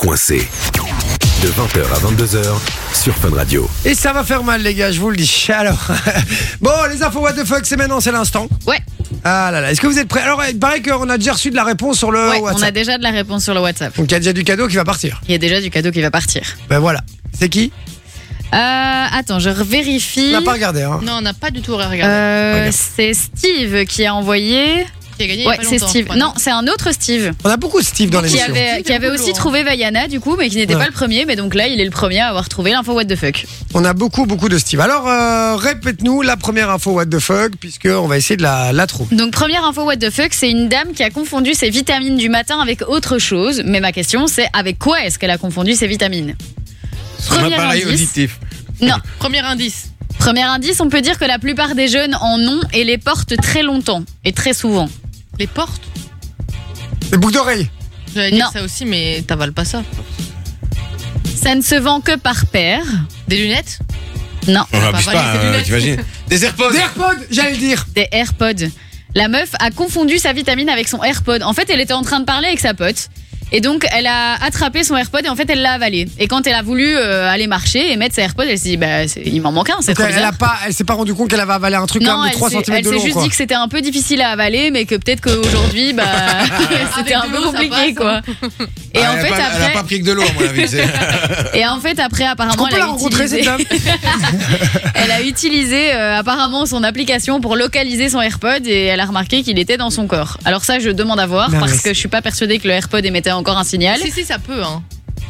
coincé. De 20h à 22h sur Fun Radio. Et ça va faire mal, les gars, je vous le dis. Alors, bon, les infos What the fuck, c'est maintenant, c'est l'instant. Ouais. Ah là là, est-ce que vous êtes prêts Alors, il paraît qu'on a déjà reçu de la réponse sur le Ouais, on a Ah, WhatsApp. déjà de la réponse sur le WhatsApp. Donc, il y a déjà du cadeau qui va partir. Il y a déjà du cadeau qui va partir. Ben voilà. C'est qui Euh, attends, je On vérifie. n'a pas regardé, hein. Non, on n'a pas du tout regardé. Euh, Regarde. c'est Steve qui a envoyé. Qui a gagné il y a Ouais, pas c'est longtemps, Steve. je crois, Non, c'est un autre Steve On a beaucoup de Steve dans qui l'émission. avait, Steve qui est avait boulot, aussi hein. trouvé Vaiana du coup, mais qui n'était Ouais. pas le premier. Mais donc là, il est le premier à avoir trouvé l'info What the fuck. On a beaucoup, beaucoup de Steve. Alors, euh, répète-nous la première info What the fuck, puisque on va essayer de la, la trouver. Donc première info What the fuck, c'est une dame qui a confondu ses vitamines du matin avec autre chose. Mais ma question, c'est avec quoi est-ce qu'elle a confondu ses vitamines Un Premier appareil indice. auditif. Non. Premier indice. Premier indice, on peut dire que la plupart des jeunes en ont et les portent très longtemps et très souvent. Les portes Les boucles d'oreilles. J'allais dire Non. ça aussi, mais t'avales pas ça. Ça ne se vend que par paire. Des lunettes Non. On va abuse valider pas, ses hein, euh, lunettes. t'imagines Des AirPods Des AirPods, j'allais le dire. des AirPods. La meuf a confondu sa vitamine avec son AirPod. En fait, elle était en train de parler avec sa pote. Et donc, elle a attrapé son AirPod et en fait, elle l'a avalé. Et quand elle a voulu euh, aller marcher et mettre sa AirPod, elle s'est dit, bah, c'est- il m'en manque un, c'est Donc, trop elle, elle a bizarre. pas, elle s'est pas rendu compte qu'elle avait avalé un truc quand Non, même de elle 3 s'est cm elle de s'est long. juste quoi. dit que c'était un peu difficile à avaler, mais que peut-être qu'aujourd'hui, bah, Ah, c'était un de peu l'eau, ça compliqué, passe, quoi. hein. Et Ah, en elle a fait, pas- Elle a après, pas pris que de l'eau, à mon avis. c'est- et en fait, après, Est-ce apparemment, qu'on peut elle la a rencontrer, utilisé- cette dame Elle a utilisé euh, apparemment son application pour localiser son AirPod et elle a remarqué qu'il était dans son corps. Alors ça, je demande à voir Non, mais parce que c'est- je suis pas persuadée que le AirPod émettait encore un signal. Si, si, ça peut, hein.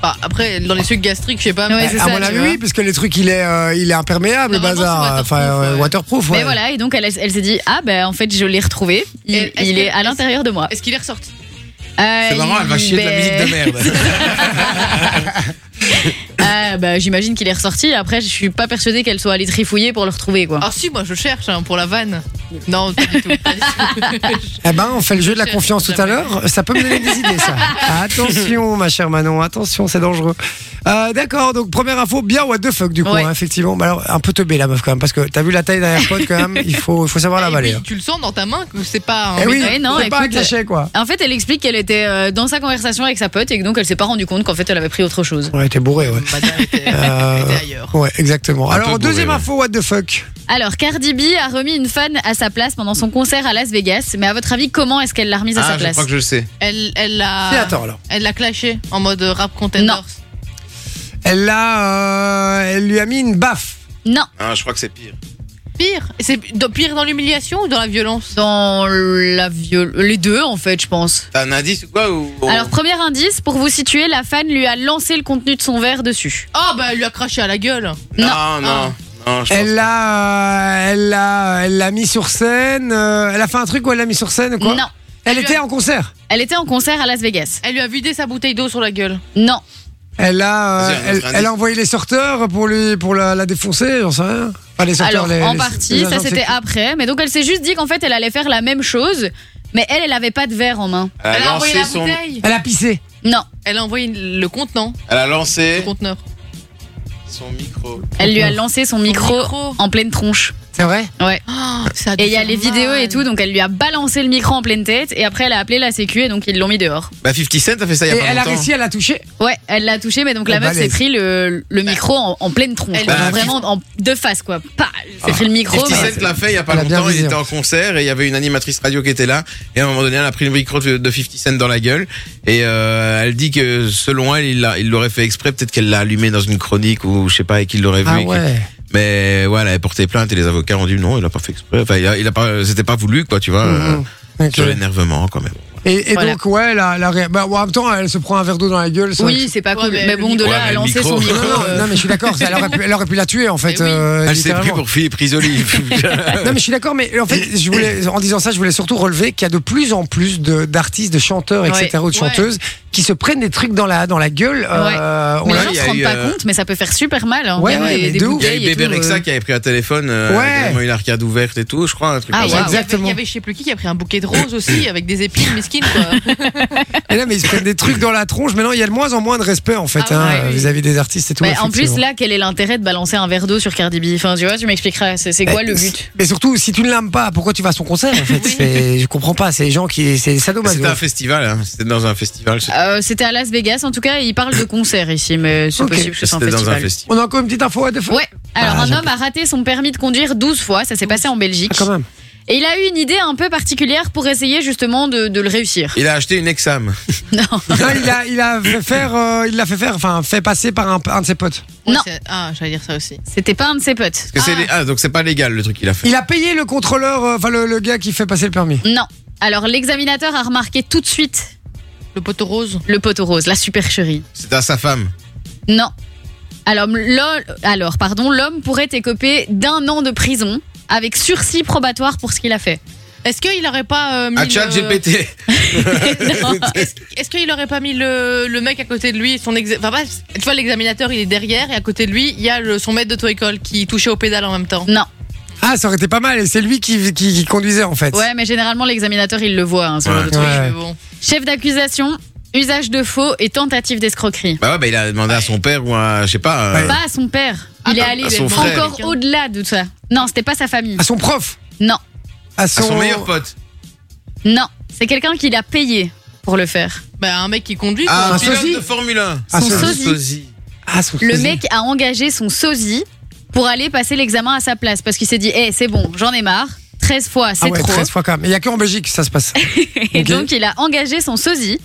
Enfin, après, dans les sucs gastriques, je sais pas. Ouais, mais c'est À ça, mon tu avis, vois. oui, parce que les trucs, il est, euh, il est imperméable, le Normalement, c'est bazar. waterproof, Enfin, euh, ouais. waterproof, ouais. Mais voilà, et donc elle, elle s'est dit ah ben en fait je l'ai retrouvé. Il, Et est-ce il que- est à est-ce- l'intérieur de moi. Est-ce qu'il est ressorti Euh, C'est marrant, elle va il- chier de la ben, musique de merde. Ah, ben, j'imagine qu'il est ressorti. Après, je suis pas persuadée qu'elle soit allée trifouiller pour le retrouver quoi. Ah, si, moi je cherche hein, pour la vanne. Non, pas du tout. pas du tout. Eh ben, on fait le jeu de la Je- confiance tout à l'heure. Ça peut me donner des idées, ça. Attention, ma chère Manon, attention, c'est dangereux. Euh, D'accord, donc première info, bien what the fuck, du coup, Ouais. hein, effectivement. Bah alors, un peu teubé, la meuf, quand même, parce que t'as vu la taille d'un AirPod, quand même, il faut, il faut savoir Eh la valer. oui, hein. tu le sens dans ta main que c'est pas. un Eh oui, ouais, non, c'est pas un écoute, euh, cachet, quoi. En fait, elle explique qu'elle était euh, dans sa conversation avec sa pote et que donc elle s'est pas rendue compte qu'en fait elle avait pris autre chose. Ouais, t'es bourré, ouais. bah. Madame était, Euh, était ailleurs. Ouais, exactement. Un peu Alors, bourré, deuxième ouais. info, what the fuck. Alors, Cardi B a remis une fan à sa place pendant son concert à Las Vegas. Mais à votre avis, comment est-ce qu'elle l'a remise à sa Ah, je place crois que je le sais. Elle, elle Ah. Et l'a. attends, alors. Elle l'a clashé en mode rap contenders. Non. Elle l'a, euh, elle lui a mis une baffe. Non, Ah, je crois que c'est pire. Pire. C'est dans- pire dans l'humiliation ou dans la violence dans la viol... les deux en fait, je pense. T'as un indice ou quoi ou... Oh. Alors, premier indice, pour vous situer, la fan lui a lancé le contenu de son verre dessus. Ah, bah elle lui a craché à la gueule. Non, non. non je pense Elle l'a, euh, elle l'a, elle l'a mis sur scène. euh, elle a fait un truc où elle l'a mis sur scène, quoi. non, Elle Elle était en concert. elle était en concert à Las Vegas. Elle lui a vidé sa bouteille d'eau sur la gueule. Non, Elle a, euh, Vas-y, un elle, autre elle a envoyé les sorteurs pour, lui, pour la, la défoncer, j'en sais rien. Enfin, les sorteurs, alors les- en les- partie, les ça agents de c'était sécu- après. Mais donc elle s'est juste dit qu'en fait elle allait faire la même chose, mais elle, elle avait pas de verre en main. Elle a, elle a envoyé lancé la son. bouteille. Elle a pissé. Non, Elle a envoyé le contenant. Elle a Le lancé conteneur. son micro. elle lui a lancé son micro, micro. en pleine tronche. C'est vrai Ouais. Oh, ça Et il y a fait les mal. vidéos et tout, donc elle lui a balancé le micro en pleine tête et après elle a appelé la sécu et donc ils l'ont mis dehors. Bah, 50 Cent a fait ça il Et y a pas elle a longtemps. réussi à la toucher. Ouais, elle l'a touché, mais donc la Oh, meuf s'est balèze. pris le, le micro en, en pleine tronche. Elle quoi. l'a- vraiment en deux faces, quoi. Pas, s'est pris le micro. 50 mais- Cent l'a fait il y a pas Elle a bien longtemps, il visé, était en en concert et il y avait une animatrice radio qui était là et à un moment donné elle a pris le micro de de 50 Cent dans la gueule et euh, elle dit que selon elle il l'a- il l'aurait fait exprès, peut-être qu'elle l'a allumé dans une chronique ou je sais pas et qu'il l'aurait vu. Ah et qu'il- Mais ouais, elle avait porté plainte et les avocats ont dit non, il a pas fait exprès. Enfin, il a, il a pas, c'était pas voulu quoi, tu vois, euh, Mhm. Ok. sur l'énervement quand même. Et, et Voilà. donc, ouais, elle a- elle a ré- bah, en même temps, elle se prend un verre d'eau dans la gueule. ça- Oui, c'est pas Ouais, cool. mais Mais le bon, de là micro- Ouais, à mais le lancer son micro- micro. Non, non, euh, non, mais je suis d'accord, ça, elle, aurait pu- elle aurait pu la tuer en fait. Eh oui. euh, Elle s'est Ah, pris littéralement. pour Philippe Risoli. Non, mais je suis d'accord, mais en fait, je voulais, en disant ça, je voulais surtout relever qu'il y a de plus en plus de- d'artistes, de, chanteurs, etc., Ouais. ou de Ouais. chanteuses qui se prennent des trucs dans la, dans la gueule. euh, on mais l'a- les gens il y se a rendent eu, pas euh, compte, mais ça peut faire super mal. hein. Ouais, Même ouais, des- mais des de ouf. Il y a bouteilles eu et Bébé tout, euh. Rexha qui avait pris un téléphone, euh, Ouais. avec vraiment une arcade ouverte et tout, je crois, un truc Ah, comme Il y ça. avait- Exactement. Il y avait je sais plus qui qui a pris un bouquet de roses aussi avec des épines, mais Rifkin, quoi. Et là, mais ils se prennent des trucs dans la tronche. Maintenant, il y a de moins en moins de respect, en fait, Ah hein, ouais, oui. vis-à-vis des artistes et tout. Mais Bah, en plus, effectivement. là, quel est l'intérêt de balancer un verre d'eau sur Cardi B Enfin, tu vois, tu m'expliqueras, c'est c'est quoi Eh, le c- but Mais surtout, si tu ne l'aimes pas, pourquoi tu vas à son concert, en fait C'est- Je comprends pas. C'est les gens qui. C'est sadomaso. C'était un festival, hein. c'était dans un festival. c'est- Euh, C'était à Las Vegas, en tout cas, il parle de concert ici, mais c'est Ok. possible que c'est un C'était dans Ah, un festival. festival. On a encore une petite info à deux fois. Ouais, alors Bah, un j'ai- homme a raté son permis de conduire 12 fois, ça s'est passé en Belgique. Ah, quand même. Et il a eu une idée un peu particulière pour essayer justement de, de le réussir. Il a acheté une exam. Non, il a, il a fait faire, euh, il l'a fait faire, enfin, fait passer par un, un de ses potes. Ouais, Non. c'est- Ah, j'allais dire ça aussi. C'était pas un de ses potes. Parce que c'est les- ah, donc c'est pas légal le truc qu'il a fait. Il a payé le contrôleur, euh, enfin, le, le gars qui fait passer le permis. Non. Alors l'examinateur a remarqué tout de suite Le poteau rose. le poteau rose, la supercherie. C'était à sa femme. Non. Alors, l'homme- alors pardon, l'homme pourrait écoper d'un an de prison avec sursis probatoire pour ce qu'il a fait. Est-ce qu'il aurait pas euh, mis. À le- Ah, Tchad GPT. Est-ce est-ce qu'il aurait pas mis le, le mec à côté de lui, son exa- enfin, bref, tu vois l'examinateur il est derrière et à côté de lui il y a le- son maître d'auto-école qui touchait au pédale en même temps. Non. Ah, ça aurait été pas mal. Et c'est lui qui, qui, qui conduisait, en fait. Ouais, mais généralement l'examinateur il le voit. hein, ce genre de Ouais. truc. Ouais. Mais bon. Chef d'accusation, usage de faux et tentative d'escroquerie. Bah ouais, bah il a demandé à son père ou à, je sais pas. euh, Pas à son père. Il est Ah, allé à son frère. encore au-delà de ça. Non, c'était pas sa famille. À son prof. Non, À à son, son meilleur pote. non. C'est quelqu'un qui l'a payé pour le faire. Bah, un mec qui conduit. Ah, quoi. un un pilote sosie. de Formule 1. Ah, son Un sosie. Ah, son Le sosie. mec a engagé son sosie pour aller passer l'examen à sa place parce qu'il s'est dit, hé, c'est bon, j'en ai marre. 13 fois, c'est Ah ouais, trop. hein. 13 fois quand même. Il y a que en Belgique que ça se passe. Et Ok. donc, il a engagé son sosie.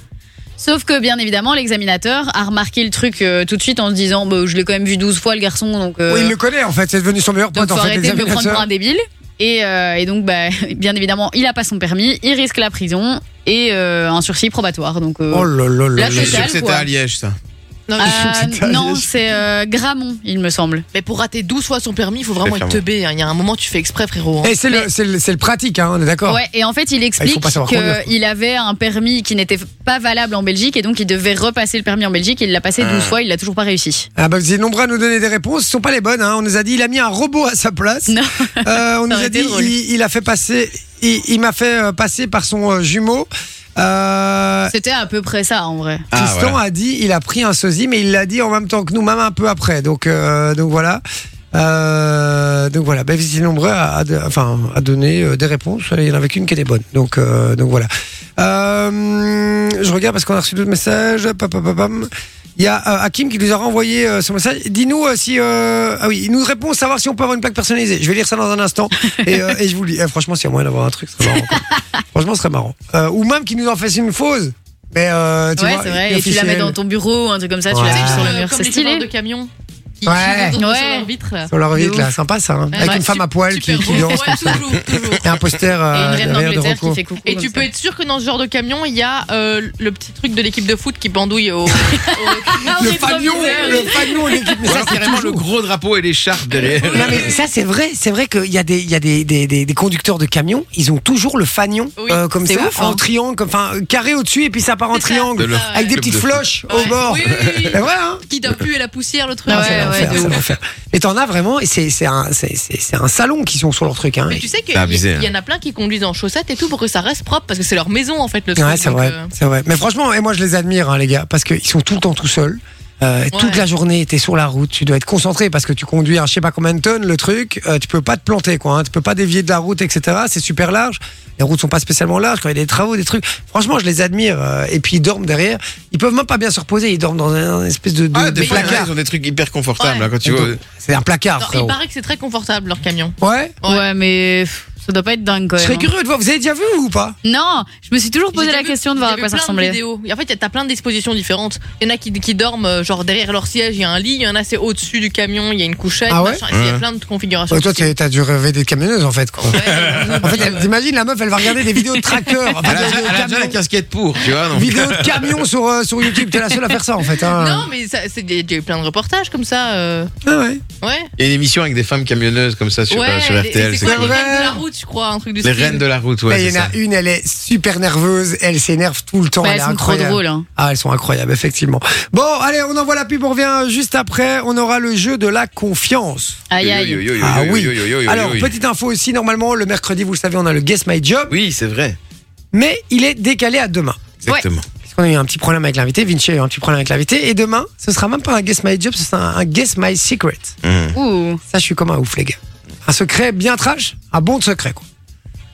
Sauf que, bien évidemment, l'examinateur a remarqué le truc euh, tout de suite en se disant bah, Je l'ai quand même vu 12 fois, le garçon, donc. euh, Oui, il le connaît en fait, c'est devenu son meilleur donc, pote faut en fait, arrêter de me prendre pour l'examinateur. un débile. Et, euh, et donc, bah, bien évidemment, il a pas son permis, il risque la prison et euh, un sursis probatoire. Donc, euh, Oh là là là La là. Je suis sûr totale, que c'était quoi. à Liège ça. Non, euh, mais- c'était non, Ariège. c'est euh, Gramont, il me semble. Mais pour rater 12 fois son permis, il faut vraiment être Clairement. teubé. hein. Il y a un moment, tu fais exprès, frérot. hein. Et c'est le, c'est le, c'est le pratique, hein, on est d'accord Ouais, et en fait, Ah, il explique pas savoir conduire, qu'il avait un permis qui n'était pas valable en Belgique et donc il devait repasser le permis en Belgique. Il l'a passé 12 Ah. fois, il l'a toujours pas réussi. Ah bah, vous êtes nombreux à nous donner des réponses, ce sont pas les bonnes. Hein. On nous a dit il a mis un robot à sa place. Non. Euh, on nous a aurait été dit drôle. il, il a fait passer, il, il m'a fait euh, passer par son euh, jumeau. Euh, C'était à peu près ça en vrai. Ah, Tristan voilà. a dit il a pris un sosie, mais il l'a dit en même temps que nous, même un peu après. Donc euh, donc voilà. Euh, donc voilà, bah, vous étiez nombreux à, à- enfin, à donner euh, des réponses. Il y en avait qu'une qui était bonne. Donc, euh, donc voilà. Euh, je regarde parce qu'on a reçu d'autres messages. Pam, pam, pam, pam. Il y a euh, Hakim qui nous a renvoyé euh, ce message. Dis-nous euh, si. euh, ah oui, il nous répond savoir si on peut avoir une plaque personnalisée. Je vais lire ça dans un instant. Et, euh, et je vous le dis. Eh, franchement, s'il y a moyen d'avoir un truc, ce serait marrant. quoi. franchement, ce serait marrant. Euh, ou même qu'il nous en fasse une fausse. Mais euh, tu ouais, vois, c'est vrai. une Et tu la mets officielle. dans ton bureau, un truc comme ça, tu Ouais. la Tu sais, mets sur comme, le euh, mur, comme c'est les chauffeurs stylé. de camion qui Ouais. ouais. sur Ouais. leur vitre. là. Sur leur De vitre, ouf. là. Sympa, ça. hein. Avec Ouais. une femme à poil qui, Super qui beau. danse. Ouais, toujours, toujours. Et un poster Et euh, une reine derrière de d'Angleterre Rocco. qui fait coucou. Et comme tu ça. peux être sûr que dans ce genre de camion, il y a euh, le petit truc de l'équipe de foot qui bandouille au. au- Ah, on Le est fanion, proviseur. le fanion, l'équipe. Mais Ou ça, alors c'est carrément le toujours. gros drapeau et l'écharpe derrière. Non mais ça c'est vrai, c'est vrai qu'il y a des, il y a des, des, des, des conducteurs de camions, ils ont toujours le fanion Oui, euh, comme c'est ça, ouf, en hein. triangle, comme- enfin carré au-dessus et puis ça part en C'est ça. triangle, De leur avec des club petites de floches Ouais. au bord. Oui, oui, oui. C'est vrai hein qui doit puer la poussière, le truc. Ah, c'est Ouais, l'enfer, ouais, de c'est ouf. l'enfer. Mais t'en as vraiment, et c'est c'est un, c'est- c'est- c'est un salon qui sont sur leur truc. Hein. Mais tu sais qu'il C'est abusé, hein. y, y en a plein qui conduisent en chaussettes et tout pour que ça reste propre parce que c'est leur maison en fait le truc. Ouais, c'est donc, vrai, euh, c'est vrai. Mais franchement, et moi je les admire, hein, les gars, parce qu'ils sont tout le temps tout seuls. Euh, Toute la journée, t'es sur la route, tu dois être concentré parce que tu conduis un je sais pas combien de tonnes le truc, euh, tu peux pas te planter quoi, hein, tu peux pas dévier de la route, etc. C'est super large, les routes sont pas spécialement larges quand il y a des travaux, des trucs. Franchement, je les admire. euh, et puis ils dorment derrière, ils peuvent même pas bien se reposer, ils dorment dans un, un espèce de, de- de Ah, des fois, il y en a, placard. ils ont des trucs hyper confortables Ouais. hein, quand tu Et vois. donc, C'est un placard, alors, il frérot. paraît que c'est très confortable leur camion. Ouais. Ouais. Ouais, mais pff, ça doit pas être dingue quand Je même. hein. serais curieux de voir. Vous avez déjà vu ou pas Non, je me suis toujours posé J'ai la vu- question de j'ai voir à vu quoi ça plein de ressemblait. vidéos. Et en fait, y a- t'as plein d'expositions différentes. Il y en a qui, qui dorment euh, genre derrière leur siège, il y a un lit, il y en a c'est au-dessus du camion, il y a une couchette, Ah ouais Il y a Ouais. plein de configurations. Ouais, Toi, t'es- t'as dû rêver des camionneuses en fait. Quoi. Ouais, euh, En fait, elle- t'imagines la meuf, elle va regarder des vidéos de tracteurs. enfin, Elle a de- de déjà- elle a déjà camions. la casquette pour, tu vois. donc. Ah, bah, Vidéo de camion sur, euh, sur YouTube, t'es la seule à faire ça en fait. Hein. Non, mais ça- c'est- il y a eu plein de reportages comme ça. euh, Ah ouais. Ouais. Il y a une émission avec des femmes camionneuses comme ça sur, ouais, euh, sur les- RTL. C'est c'est quoi les cool. reines de la route, je crois, un truc du Les style. reines de la route, ouais. Mais Eh, il y c'est en a ça. une, elle est super nerveuse, elle s'énerve tout le temps, Bah, elle elles est sont trop incroyable. drôles. hein. Ah, elles sont incroyables, effectivement. Bon, allez, on envoie la pub, on revient juste après. On aura le jeu de la confiance. Aïe Yo, yo, aïe. yo, yo, Ah yo, oui. yo, yo, yo, yo, Alors, yo. petite info aussi, normalement, le mercredi, vous le savez, on a le Guess My Job. Oui, c'est vrai. mais il est décalé à demain. Exactement. Parce qu'on a eu un petit problème avec l'invité, Vinci a eu un petit problème avec l'invité, et demain, ce sera même pas un Guess My Job, ce sera un, un Guess My Secret. Mhm. Ouh. Ça, je suis comme un ouf, les gars. Un secret bien trash, un bon de secret, quoi.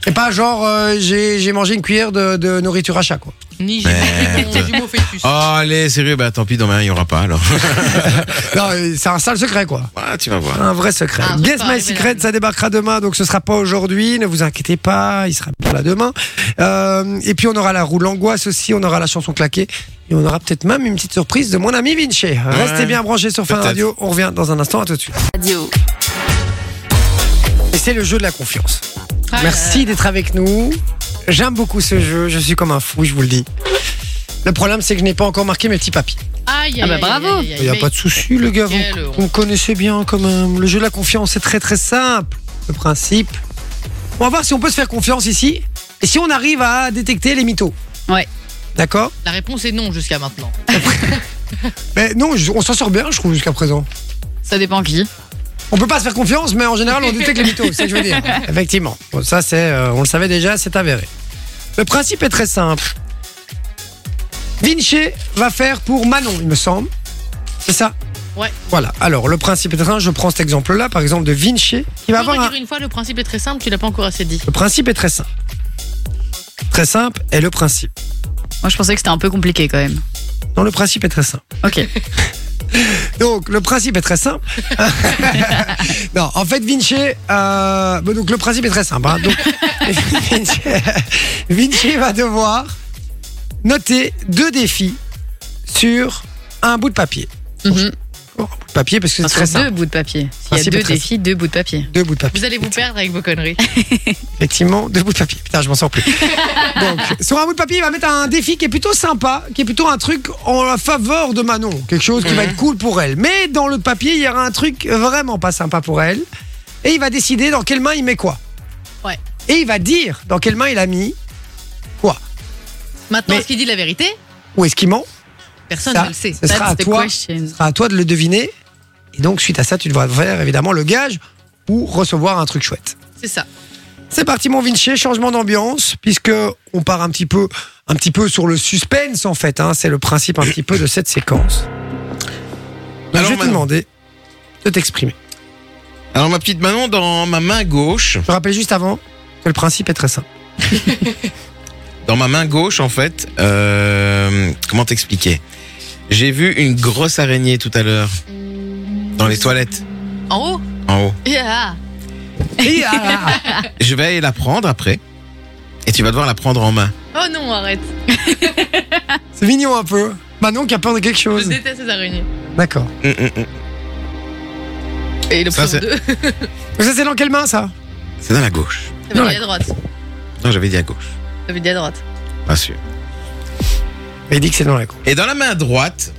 Et pas genre, euh, j'ai j'ai mangé une cuillère de, de nourriture à chat, quoi. Ni j'ai Merde. ni du mot fœtus. Oh, allez, sérieux, bah tant pis, demain, il n'y aura pas alors. Non, euh, c'est un sale secret, quoi. Ah, tu vas voir. Un vrai secret. Un truc Guess pas My révélable. Secret, ça débarquera demain, donc ce sera pas aujourd'hui. Ne vous inquiétez pas, il sera bien là demain. Euh, et puis on aura la roue de l'angoisse aussi, on aura la chanson claquée. Et on aura peut-être même une petite surprise de mon ami Vinci. Restez bien branchés sur Fin peut-être. Radio. On revient dans un instant, à tout de suite. Radio. Et c'est le jeu de la confiance. Ah, Merci d'être avec nous. J'aime beaucoup ce jeu. Je suis comme un fou, je vous le dis. Le problème, c'est que je n'ai pas encore marqué mes petits papiers. Aïe, aïe, Ah bah aïe, bravo. aïe, aïe, aïe. Il n'y a pas de souci, le gars. Vous, Quelle honte. vous me connaissez bien quand même. Le jeu de la confiance, c'est très très simple. Le principe. On va voir si on peut se faire confiance ici et si on arrive à détecter les mythos. Ouais. D'accord La réponse est non jusqu'à maintenant. Mais non, je- on s'en sort bien, je trouve, jusqu'à présent. Ça dépend qui. On peut pas se faire confiance, mais en général, on détecte les mythos, c'est ce que je veux dire. Effectivement. Bon, ça, c'est, euh, on le savait déjà, c'est avéré. Le principe est très simple. Vinci va faire pour Manon, il me semble. C'est ça Ouais. Voilà. Alors, le principe est très simple. Je prends cet exemple-là, par exemple, de Vinci, qui va Faut avoir un... redire une fois, le principe est très simple, tu l'as pas encore assez dit. Le principe est très simple. Très simple est le principe. Moi, je pensais que c'était un peu compliqué quand même. Non, le principe est très simple. Ok. Donc, le principe est très simple. non, en fait, Vinci. euh, bon, donc, le principe est très simple. hein. Donc, Vinci, Vinci va devoir noter deux défis sur un bout de papier. Mhm. Oh, un bout de papier, parce que c'est Enfin, très sur deux simple. bouts de papier. Il y a Principe deux est très défis, deux bouts de papier. Deux bouts de papier. Vous allez vous perdre avec vos conneries. Effectivement, deux bouts de papier. Putain, je m'en sors plus. Donc, sur un bout de papier, il va mettre un défi qui est plutôt sympa, qui est plutôt un truc en la faveur de Manon. Quelque chose qui va être cool pour elle. Mais dans le papier, il y aura un truc vraiment pas sympa pour elle. Et il va décider dans quelle main il met quoi. Ouais. Et il va dire dans quelle main il a mis quoi. Maintenant, Mais- est-ce qu'il dit la vérité Où est-ce qu'il ment Personne Ça, ne le sait. Ce sera à That's the toi. Ce question. sera à toi de le deviner. Et donc, suite à ça, tu devras faire évidemment le gage ou recevoir un truc chouette. C'est ça. C'est parti mon Vinci, changement d'ambiance, puisque on part un petit peu, un petit peu sur le suspense en fait. hein. c'est le principe un petit peu de cette séquence. Donc, Bah, Alors, je vais te Manon. demander de t'exprimer. Alors, ma petite Manon, dans ma main gauche, Je rappelle juste avant que le principe est très simple. dans ma main gauche, en fait, euh, comment t'expliquer J'ai vu une grosse araignée tout à l'heure. Dans les toilettes, En haut en haut. Yeah. Et, ah, Je vais la prendre après. Et tu vas devoir la prendre en main. Oh non, arrête. c'est mignon un peu. Manon qui a peur de quelque Je chose. déteste ces araignées. D'accord. Mm, mm, mm. Et le Ça, psaume c'est- 2, Donc ça c'est dans quelle main ça C'est dans la gauche. t'avais dit à droite. Non, j'avais dit à gauche. T'avais dit à droite. Bien sûr. Il dit que c'est dans la gauche. Et dans la main droite,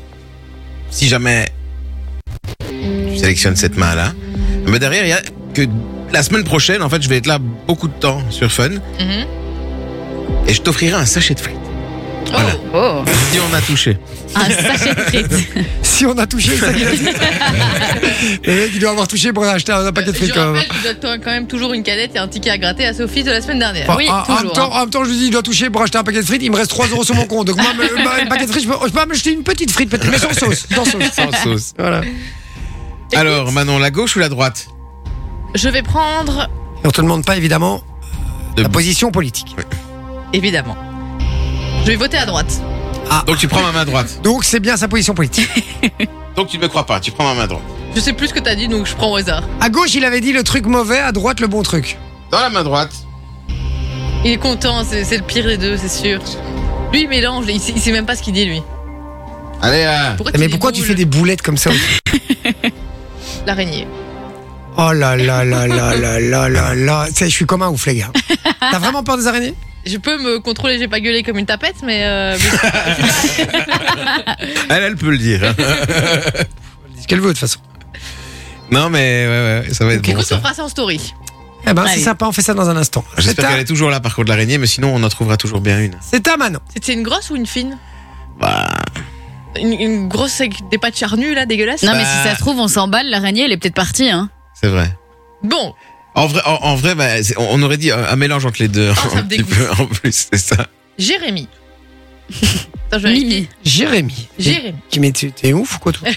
si jamais tu sélectionnes cette main-là, mais derrière, il y a que la semaine prochaine, en fait, je vais être là beaucoup de temps sur Fun Mhm. et je t'offrirai un sachet de frites. Oh. Voilà. Oh. Si on a touché. Un sachet de frites. Si on a touché, ça qu'il a dit. Le mec, il doit avoir touché pour acheter un paquet de frites Je quand même. rappelle, je dois quand même toujours une canette et un ticket à gratter à Sophie de la semaine dernière. Enfin, ah, oui, en, en même toujours. hein. temps, en même temps, je lui dis, il doit toucher pour acheter un paquet de frites. Il me reste 3 euros sur mon compte. Donc, moi, me- ma- un paquet de frites, je peux, je peux m'acheter une petite frite, peut-être, mais sans sauce. Sans sauce. Sans sauce. Voilà. Et Alors, Manon, la gauche ou la droite hein. Je vais prendre, on te demande pas, évidemment, De- la position politique. évidemment. Je vais voter à droite. Donc tu prends ma main droite. Donc, c'est bien sa position politique. Donc tu ne me crois pas, tu prends ma main droite. Je sais plus ce que t'as dit, donc je prends au hasard. À gauche, il avait dit le truc mauvais, à droite, le bon truc. Dans la main droite, Il est content, c'est c'est le pire des deux, c'est sûr. Lui, il mélange, il sait, il sait même pas ce qu'il dit, lui. allez, euh, Pourquoi Eh, mais pourquoi tu fais des boulettes comme ça aussi boules L'araignée. Oh là là là là là là là là. Tu sais, je suis comme un ouf, les gars. T'as vraiment peur des araignées Je peux me contrôler, j'ai pas gueulé comme une tapette, mais. euh, mais- elle, elle peut le dire. hein. Dis Ce qu'elle veut, de toute façon. non, mais ouais, ouais, ça va être bon écoute, on ça. fera ça en story. Eh ben, c'est Allez. sympa, on fait ça dans un instant. C'est J'espère ta, qu'elle est toujours là, par contre, l'araignée, mais sinon on en trouvera toujours bien une. c'est ta Manon. C'était une grosse ou une fine Bah, une, une grosse avec des Bah- pattes charnues, là, dégueulasses Non, mais si ça se trouve, on s'emballe, l'araignée, elle est peut-être partie. Hein. c'est vrai. Bon, En vrai, en, en vrai bah, c'est- on on aurait dit un un mélange entre les deux. Ah, Oh, ça me un petit dégoûte. peu, en plus, c'est ça. Jérémy. Attends, je vérifie. Mimi. Jérémy. Jérémy. Qui mais tu- t'es ouf ou quoi toi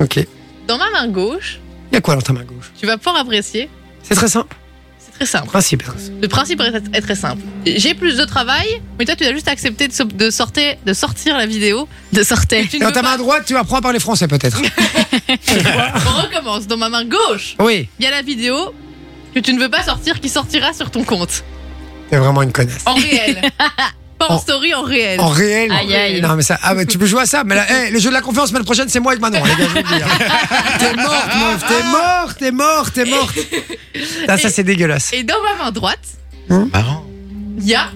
Ok. Il Dans ma main gauche, y a quoi dans ta main gauche tu vas pouvoir apprécier. C'est très simple. C'est très simple. Principe. hein. très simple. Le principe est est très simple. J'ai plus de travail, mais toi, tu as juste accepté de, so- de, sortir, de sortir la vidéo. De sortait. Tu ne Dans veux ta main pas- droite, tu apprends à parler français peut-être. On recommence. Dans ma main gauche, Oui. il y a la vidéo que tu ne veux pas sortir qui sortira sur ton compte. T'es vraiment une connasse. En réel. pas en En- story, en réel. En réel. Aïe, aïe. Non mais ça. Ah mais tu peux jouer à ça. Mais là, hey, le jeu de la confiance semaine prochaine, c'est moi avec Manon. Les gars, je vous le dis. hein. T'es morte, meuf. T'es morte. T'es morte. T'es morte. Ah, ça c'est dégueulasse. Et dans ma main droite, Marrant. il y a.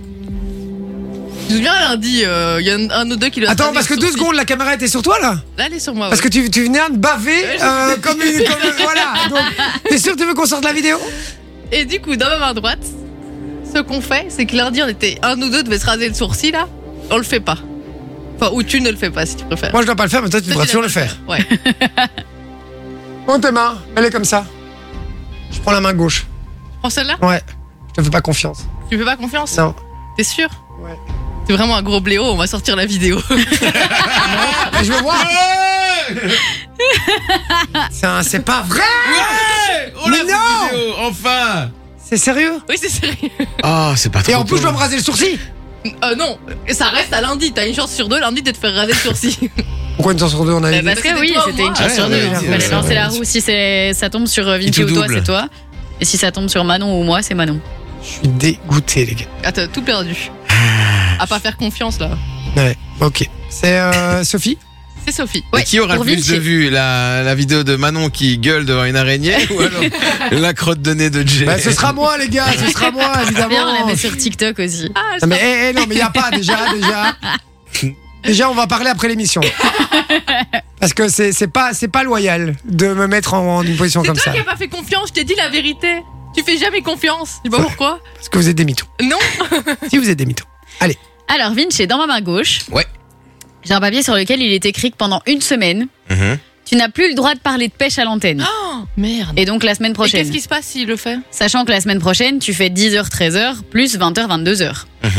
Je me souviens lundi, euh, il y en a un ou deux qui l'a Attends sorti parce que sur deux site. secondes, la caméra était sur toi là. Là, elle est sur moi. Parce ouais. que tu, tu venais de baver euh, comme une. comme- voilà. Donc, T'es sûr que tu veux qu'on sorte la vidéo Et du coup, dans ma main droite, ce qu'on fait, c'est que lundi, on était un ou deux devait se raser le sourcil là. On le fait pas. Enfin, ou tu ne le fais pas si tu préfères. Moi je dois pas le faire, mais toi tu Toi, devras tu toujours dois le faire. Oh, Ouais. Prends tes mains, mets-les comme ça. Je prends la main gauche. Prends celle-là. Ouais. Je te fais pas confiance. Tu me fais pas confiance Non. T'es sûr Ouais. C'est vraiment un gros bléau. On va sortir la vidéo. Mais je veux voir. C'est un- C'est pas vrai. Mais On Oh, l'a vu, non vidéo, enfin C'est sérieux. oui, c'est sérieux. Ah, c'est pas trop Et en plus, je cool. dois me raser le sourcil. Euh, non, ça reste à lundi. T'as une chance sur deux lundi de te faire raser le sourcil. Pourquoi une chance sur deux on a Eh dit ben, Parce que c'était oui, toi ou c'était moi une chance Ouais, sur on deux. avait hein. dit, Fallait ouais, lancer ouais. la roue. Si c'est- ça tombe sur euh, tout Vinci ou toi, double. c'est toi. Et si ça tombe sur Manon ou moi, c'est Manon. Je suis dégoûté, les gars. Ah, t'as tout perdu. À pas faire confiance là. Ouais. Ok. C'est euh, Sophie. C'est Sophie. Et qui aura le pour plus Vinci. de vues la, la vidéo de Manon qui gueule devant une araignée ou alors la crotte de nez de Jay Bah, ce sera moi, les gars. Ce sera moi, Bien, on la évidemment. met sur TikTok aussi. Ah, Non, mais eh, eh, non, mais il a pas déjà, déjà. Déjà, on va parler après l'émission. Parce que c'est c'est pas, c'est pas loyal de me mettre en, en une position c'est comme toi ça. qui as pas fait confiance. Je t'ai dit la vérité. Tu fais jamais confiance. Je sais pas pourquoi. Parce que vous êtes des mythos. Non. Si vous êtes des mythos. Alors, Vinci, dans ma main gauche, Ouais. j'ai un papier sur lequel il est écrit que pendant une semaine, Mhm. tu n'as plus le droit de parler de pêche à l'antenne. Oh, merde. Et donc la semaine Et qu'est-ce prochaine. qui se passe s'il le fait Sachant que la semaine prochaine, tu fais 10h, 13h, plus 20h, 22h. Mhm.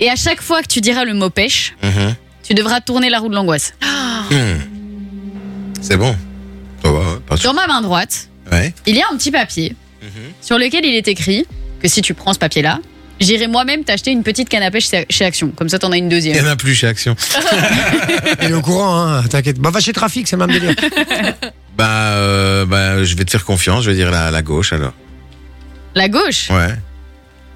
Et à chaque fois que tu diras le mot pêche, Mhm. tu devras tourner la roue de l'angoisse. Ah. Hmm. C'est bon. Ça va, ouais, pas sûr. Sur ma main droite, Ouais. il y a un petit papier Mhm. sur lequel il est écrit que si tu prends ce papier-là, j'irai moi-même t'acheter une petite canne à pêche chez Action. Comme ça, t'en as une Il y deuxième. en a plus chez Action. Il est au courant, hein, t'inquiète. Bah, va chez Trafic, c'est le même délire. Bah, euh, bah, je vais te faire confiance, je vais dire la, la gauche alors. La gauche, Ouais.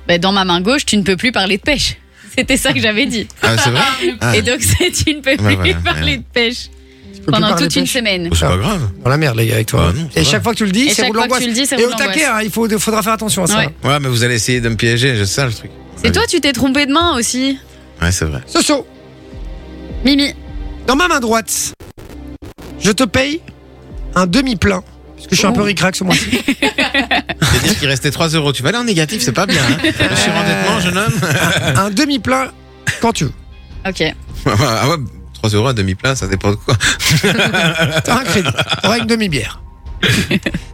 bah, dans ma main gauche, tu ne peux plus parler de pêche. C'était ça que j'avais dit. Ah, c'est vrai Ah. Et donc, c'est- tu ne peux Bah, plus voilà, parler voilà. de pêche Tu peux plus pendant parler toute une pêche. semaine. Oh, C'est pas grave. Dans la merde, les gars, avec toi. Bah non, ça Et va. chaque fois que tu le dis, Et c'est roule chaque fois que tu le l'angoisse. dis, c'est Et roue au de taquet, l'angoisse. hein, il faut, faudra faire attention à ça. Ouais. Ouais, mais vous allez essayer de me piéger, c'est ça le truc. C'est toi, tu t'es trompé de main aussi. Ouais, c'est vrai. Soso, Mimi, dans ma main droite, je te paye un demi-plein. Parce que je suis un Oh. peu ricrac ce mois-ci. C'est-à-dire qu'il restait 3 euros. Tu vas aller en négatif, c'est pas bien. Hein. Le surendettement, jeune homme. un demi-plein quand tu veux. ok. ah ouais, 3 euros à demi-plein, ça dépend de quoi. T'as un crédit. T'auras une demi-bière.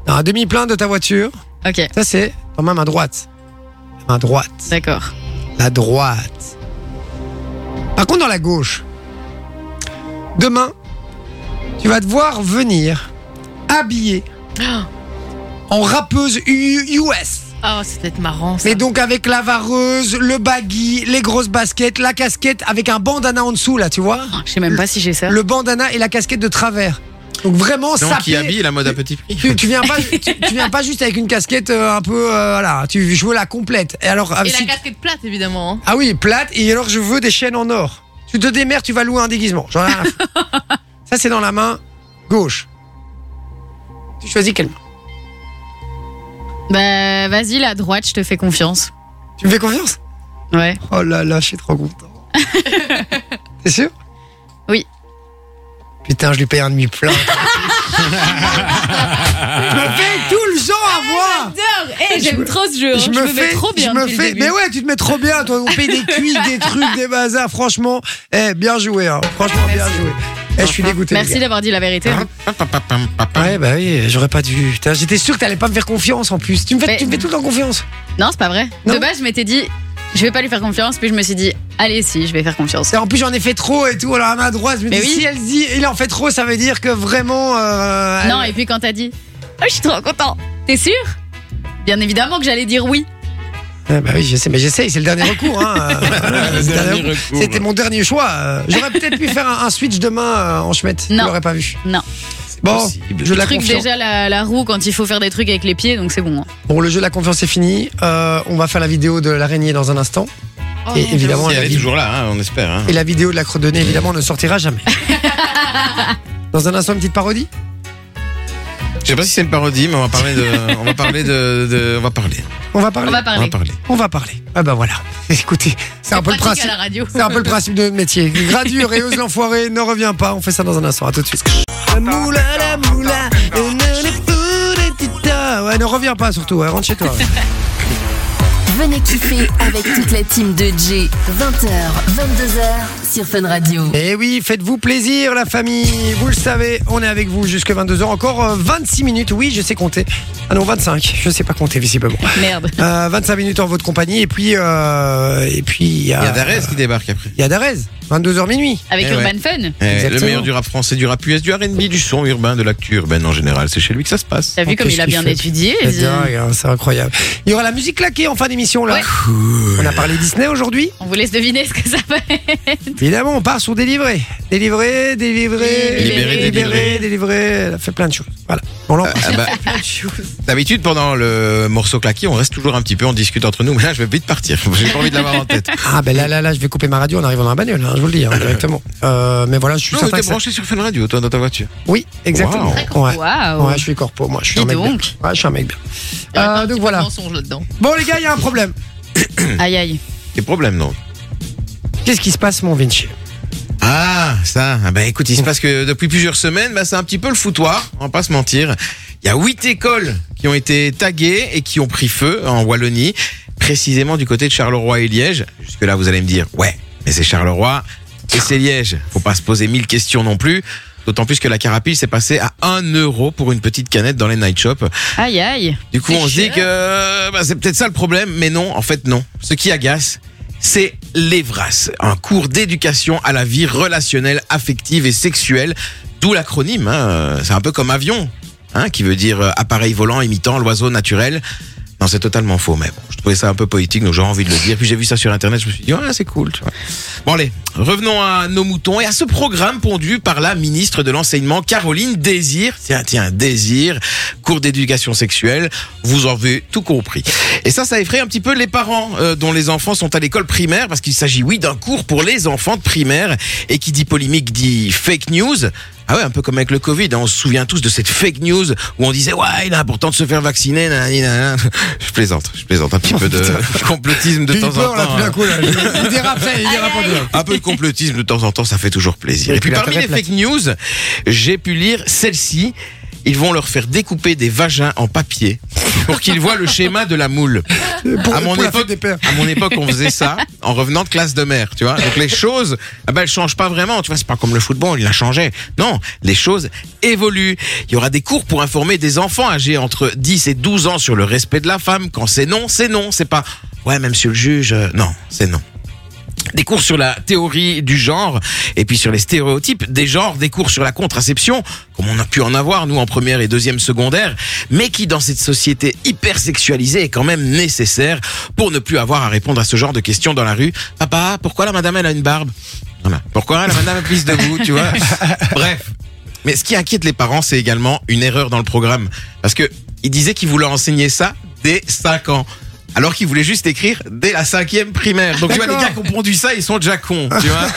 Non, un demi-plein de ta voiture. Ok, Ça, c'est dans ma main droite. La main droite. d'accord. La droite. Par contre, dans la gauche, demain, tu vas devoir venir habillé en rappeuse U- US. Ah, c'est peut-être marrant. Ça. Mais donc avec la vareuse, le baggy, les grosses baskets, la casquette avec un bandana en dessous, là, tu vois Oh, Je sais même pas si j'ai ça. Le bandana et la casquette de travers. Donc vraiment, ça Donc, qui habille la mode à petit prix. tu, tu viens pas, tu, tu viens pas juste avec une casquette euh, un peu, euh, voilà, tu joues la complète. Et alors, Et avec- la si- casquette plate, évidemment. hein. ah oui, plate. Et alors, je veux des chaînes en or. Tu te démerdes, tu vas louer un déguisement. J'en ai rien à foutre. Ça, c'est dans la main gauche. Tu choisis quelle main Bah, vas-y, la droite, je te fais confiance. Tu me fais confiance Ouais. Oh là là, je suis trop content. T'es sûr Oui. Putain, je lui paye un demi plein. je me fais tout le Ah genre à moi. Eh, j'aime trop ce hein, jeu. je me fais je me fais- mais ouais, tu te mets trop bien. Toi, on paye des cuisses, des trucs, des bazars. Franchement, eh, bien joué. hein. Franchement, bien joué. Eh, je suis dégoûté. les Merci d'avoir dit la vérité. hein. gars. Ouais, bah oui, j'aurais pas dû. Putain, J'étais sûr que t'allais pas me faire confiance en plus. Tu me fais, Mais- tu me fais tout le temps confiance. Non, c'est pas vrai. Non. De base, je m'étais dit, je vais pas lui faire confiance, puis je me suis dit, allez, si, je vais faire confiance. Et en plus, j'en ai fait trop et tout. Alors, à ma droite, je me Mais dis, oui. si elle dit, il en fait trop, ça veut dire que vraiment. euh, Non, elle- et puis quand t'as dit, oh, je suis trop content, t'es sûr Bien évidemment que j'allais dire oui. Ah, bah oui, je sais, mais j'essaye, c'est le dernier recours. hein. Euh, c'est le dernier recours. recours. C'était mon dernier choix. Euh, J'aurais peut-être pu faire un, un switch demain euh, en chemette. Non. Je l'aurais pas vu. Non. Bon, possible. jeu de la hein. Truc confiance. déjà la, la roue quand il faut faire des trucs avec les pieds, donc c'est bon. hein. Bon, le jeu de la confiance est fini. Euh, on va faire la vidéo de l'araignée dans un instant. Oh, et évidemment, Si la, elle est vid- toujours là, hein, on espère. hein. et la vidéo de la crotte de nez, évidemment, ne sortira jamais. dans un instant, une petite parodie Je sais pas si c'est une parodie, mais on va parler de, on va parler de, de- on va parler. On va parler On va On va parler. parler. On va parler. Ah bah voilà. Écoutez, c'est un peu le Pratique principe. à la radio. C'est un peu le principe de notre métier. Gradure et ose l'enfoiré, ne reviens pas, on fait ça dans un instant, à tout de suite. La moula, la moula, le nene fou, le tita. Ouais, ne reviens pas surtout, hein, rentre chez toi. Venez kiffer avec toute la team de J. 20h, 22h sur Fun Radio. Et Eh oui, faites-vous plaisir la famille, vous le savez, on est avec vous jusque 22h, encore euh, 26 minutes, oui je sais compter. Ah non 25, je sais pas compter visiblement. Merde. Euh, 25 minutes en votre compagnie et puis euh, et puis il y Il y a a Darès qui débarque après. il y a Darez, 22h minuit. Avec Eh Urban Fun. Eh, le Exactement. meilleur du rap français, du rap US, du R&B, du son urbain, de l'actu urbaine en général. C'est chez lui que ça se passe. T'as vu Oh, comme qu'est-ce il a qu'il bien fait étudié C'est dis- dingue, hein, c'est incroyable. Il y aura la musique claquée en fin d'émission là. Ouais. On a parlé Disney aujourd'hui. On vous laisse deviner ce que ça va être. Évidemment, on part sur délivré. Délivré, délivré, Libéré, délivré, délivré. délivré. Elle a fait plein de choses. Voilà. On l'embrasse. Ah bah, D'habitude, pendant le morceau claqué, on reste toujours un petit peu, on discute entre nous. Mais là, je vais vite partir. J'ai pas envie de l'avoir en tête. Ah, ben là, là, là, je vais couper ma radio en arrivant dans la bagnole, hein, je vous le dis, hein, directement. Euh, mais voilà, je suis Non, mais certain t'es que ça- branché sur Fun Radio, toi, dans ta voiture. Oui, exactement. Wow. Très Ouais. Waouh. Ouais, je suis corpo, moi. Je suis Dis un mec bien. donc. Ouais, je suis un mec bien. Il y a Euh, un petit donc peu voilà. de mensonge là-dedans. Bon, les gars, il y a un problème. Aïe aïe. Des problèmes, non Qu'est-ce qui se passe, mon Vinci Ah, ça. Ah Bah écoute, il se passe que depuis plusieurs semaines, bah, c'est un petit peu le foutoir, on va pas se mentir. Il y a huit écoles qui ont été taguées et qui ont pris feu en Wallonie, précisément du côté de Charleroi et Liège. Jusque-là, vous allez me dire, ouais, mais c'est Charleroi et c'est Liège. Faut pas se poser mille questions non plus. D'autant plus que la carapille s'est passée à 1 euro pour une petite canette dans les night shops. Aïe aïe. Du coup, C'est on se dit cher. que bah, c'est peut-être ça le problème, mais non, en fait, non. Ce qui agace, c'est l'EVRAS, un cours d'éducation à la vie relationnelle, affective et sexuelle, d'où l'acronyme. hein. C'est un peu comme avion, hein, qui veut dire euh, appareil volant imitant l'oiseau naturel. Non, c'est totalement faux, mais bon, je trouvais ça un peu poétique, donc j'avais envie de le dire. Puis j'ai vu ça sur Internet, je me suis dit, ah, c'est cool. tu vois. Bon, allez, revenons à nos moutons et à ce programme pondu par la ministre de l'Enseignement, Caroline Désir. Tiens, tiens, Désir, cours d'éducation sexuelle, vous en avez tout compris. Et ça, ça effraie un petit peu les parents euh, dont les enfants sont à l'école primaire, parce qu'il s'agit, oui, d'un cours pour les enfants de primaire, et qui dit polémique dit fake news. Ah ouais, un peu comme avec le Covid, hein, on se souvient tous de cette fake news où on disait ouais, il est important de se faire vacciner. nanani, nanana. Je plaisante, je plaisante un petit Oh, peu de complotisme de J'ai eu temps en peur, temps. là, tout d'un hein. coup, là. Il dérape, ça, il dérape en direct. Un peu de complotisme de temps en temps, ça fait toujours plaisir. Et Et, puis puis la parmi terre est les fake news, j'ai pu lire celle-ci. Ils vont leur faire découper des vagins en papier pour qu'ils voient le schéma de la moule. Pour, à, mon pour la époque, fête des pères. à mon époque, on faisait ça en revenant de classe de mère, tu vois. Donc les choses, ah ben, elles changent pas vraiment. Tu vois, c'est pas comme le football, il a changé. Non, les choses évoluent. Il y aura des cours pour informer des enfants âgés entre 10 et 12 ans sur le respect de la femme. Quand c'est non, c'est non. C'est pas, ouais, même monsieur le juge, euh, non, c'est non des cours sur la théorie du genre et puis sur les stéréotypes des genres, des cours sur la contraception, comme on a pu en avoir nous en première et deuxième secondaire, mais qui dans cette société hyper sexualisée est quand même nécessaire pour ne plus avoir à répondre à ce genre de questions dans la rue. Papa, pourquoi la madame elle a une barbe Voilà. Pourquoi la madame est prise debout, tu vois Bref. Mais ce qui inquiète les parents, c'est également une erreur dans le programme. Parce que ils disaient qu'ils voulaient enseigner ça dès 5 ans. Alors qu'ils voulaient juste écrire dès la cinquième primaire. Donc tu vois, les gars qui ont produit ça, ils sont déjà cons, tu vois.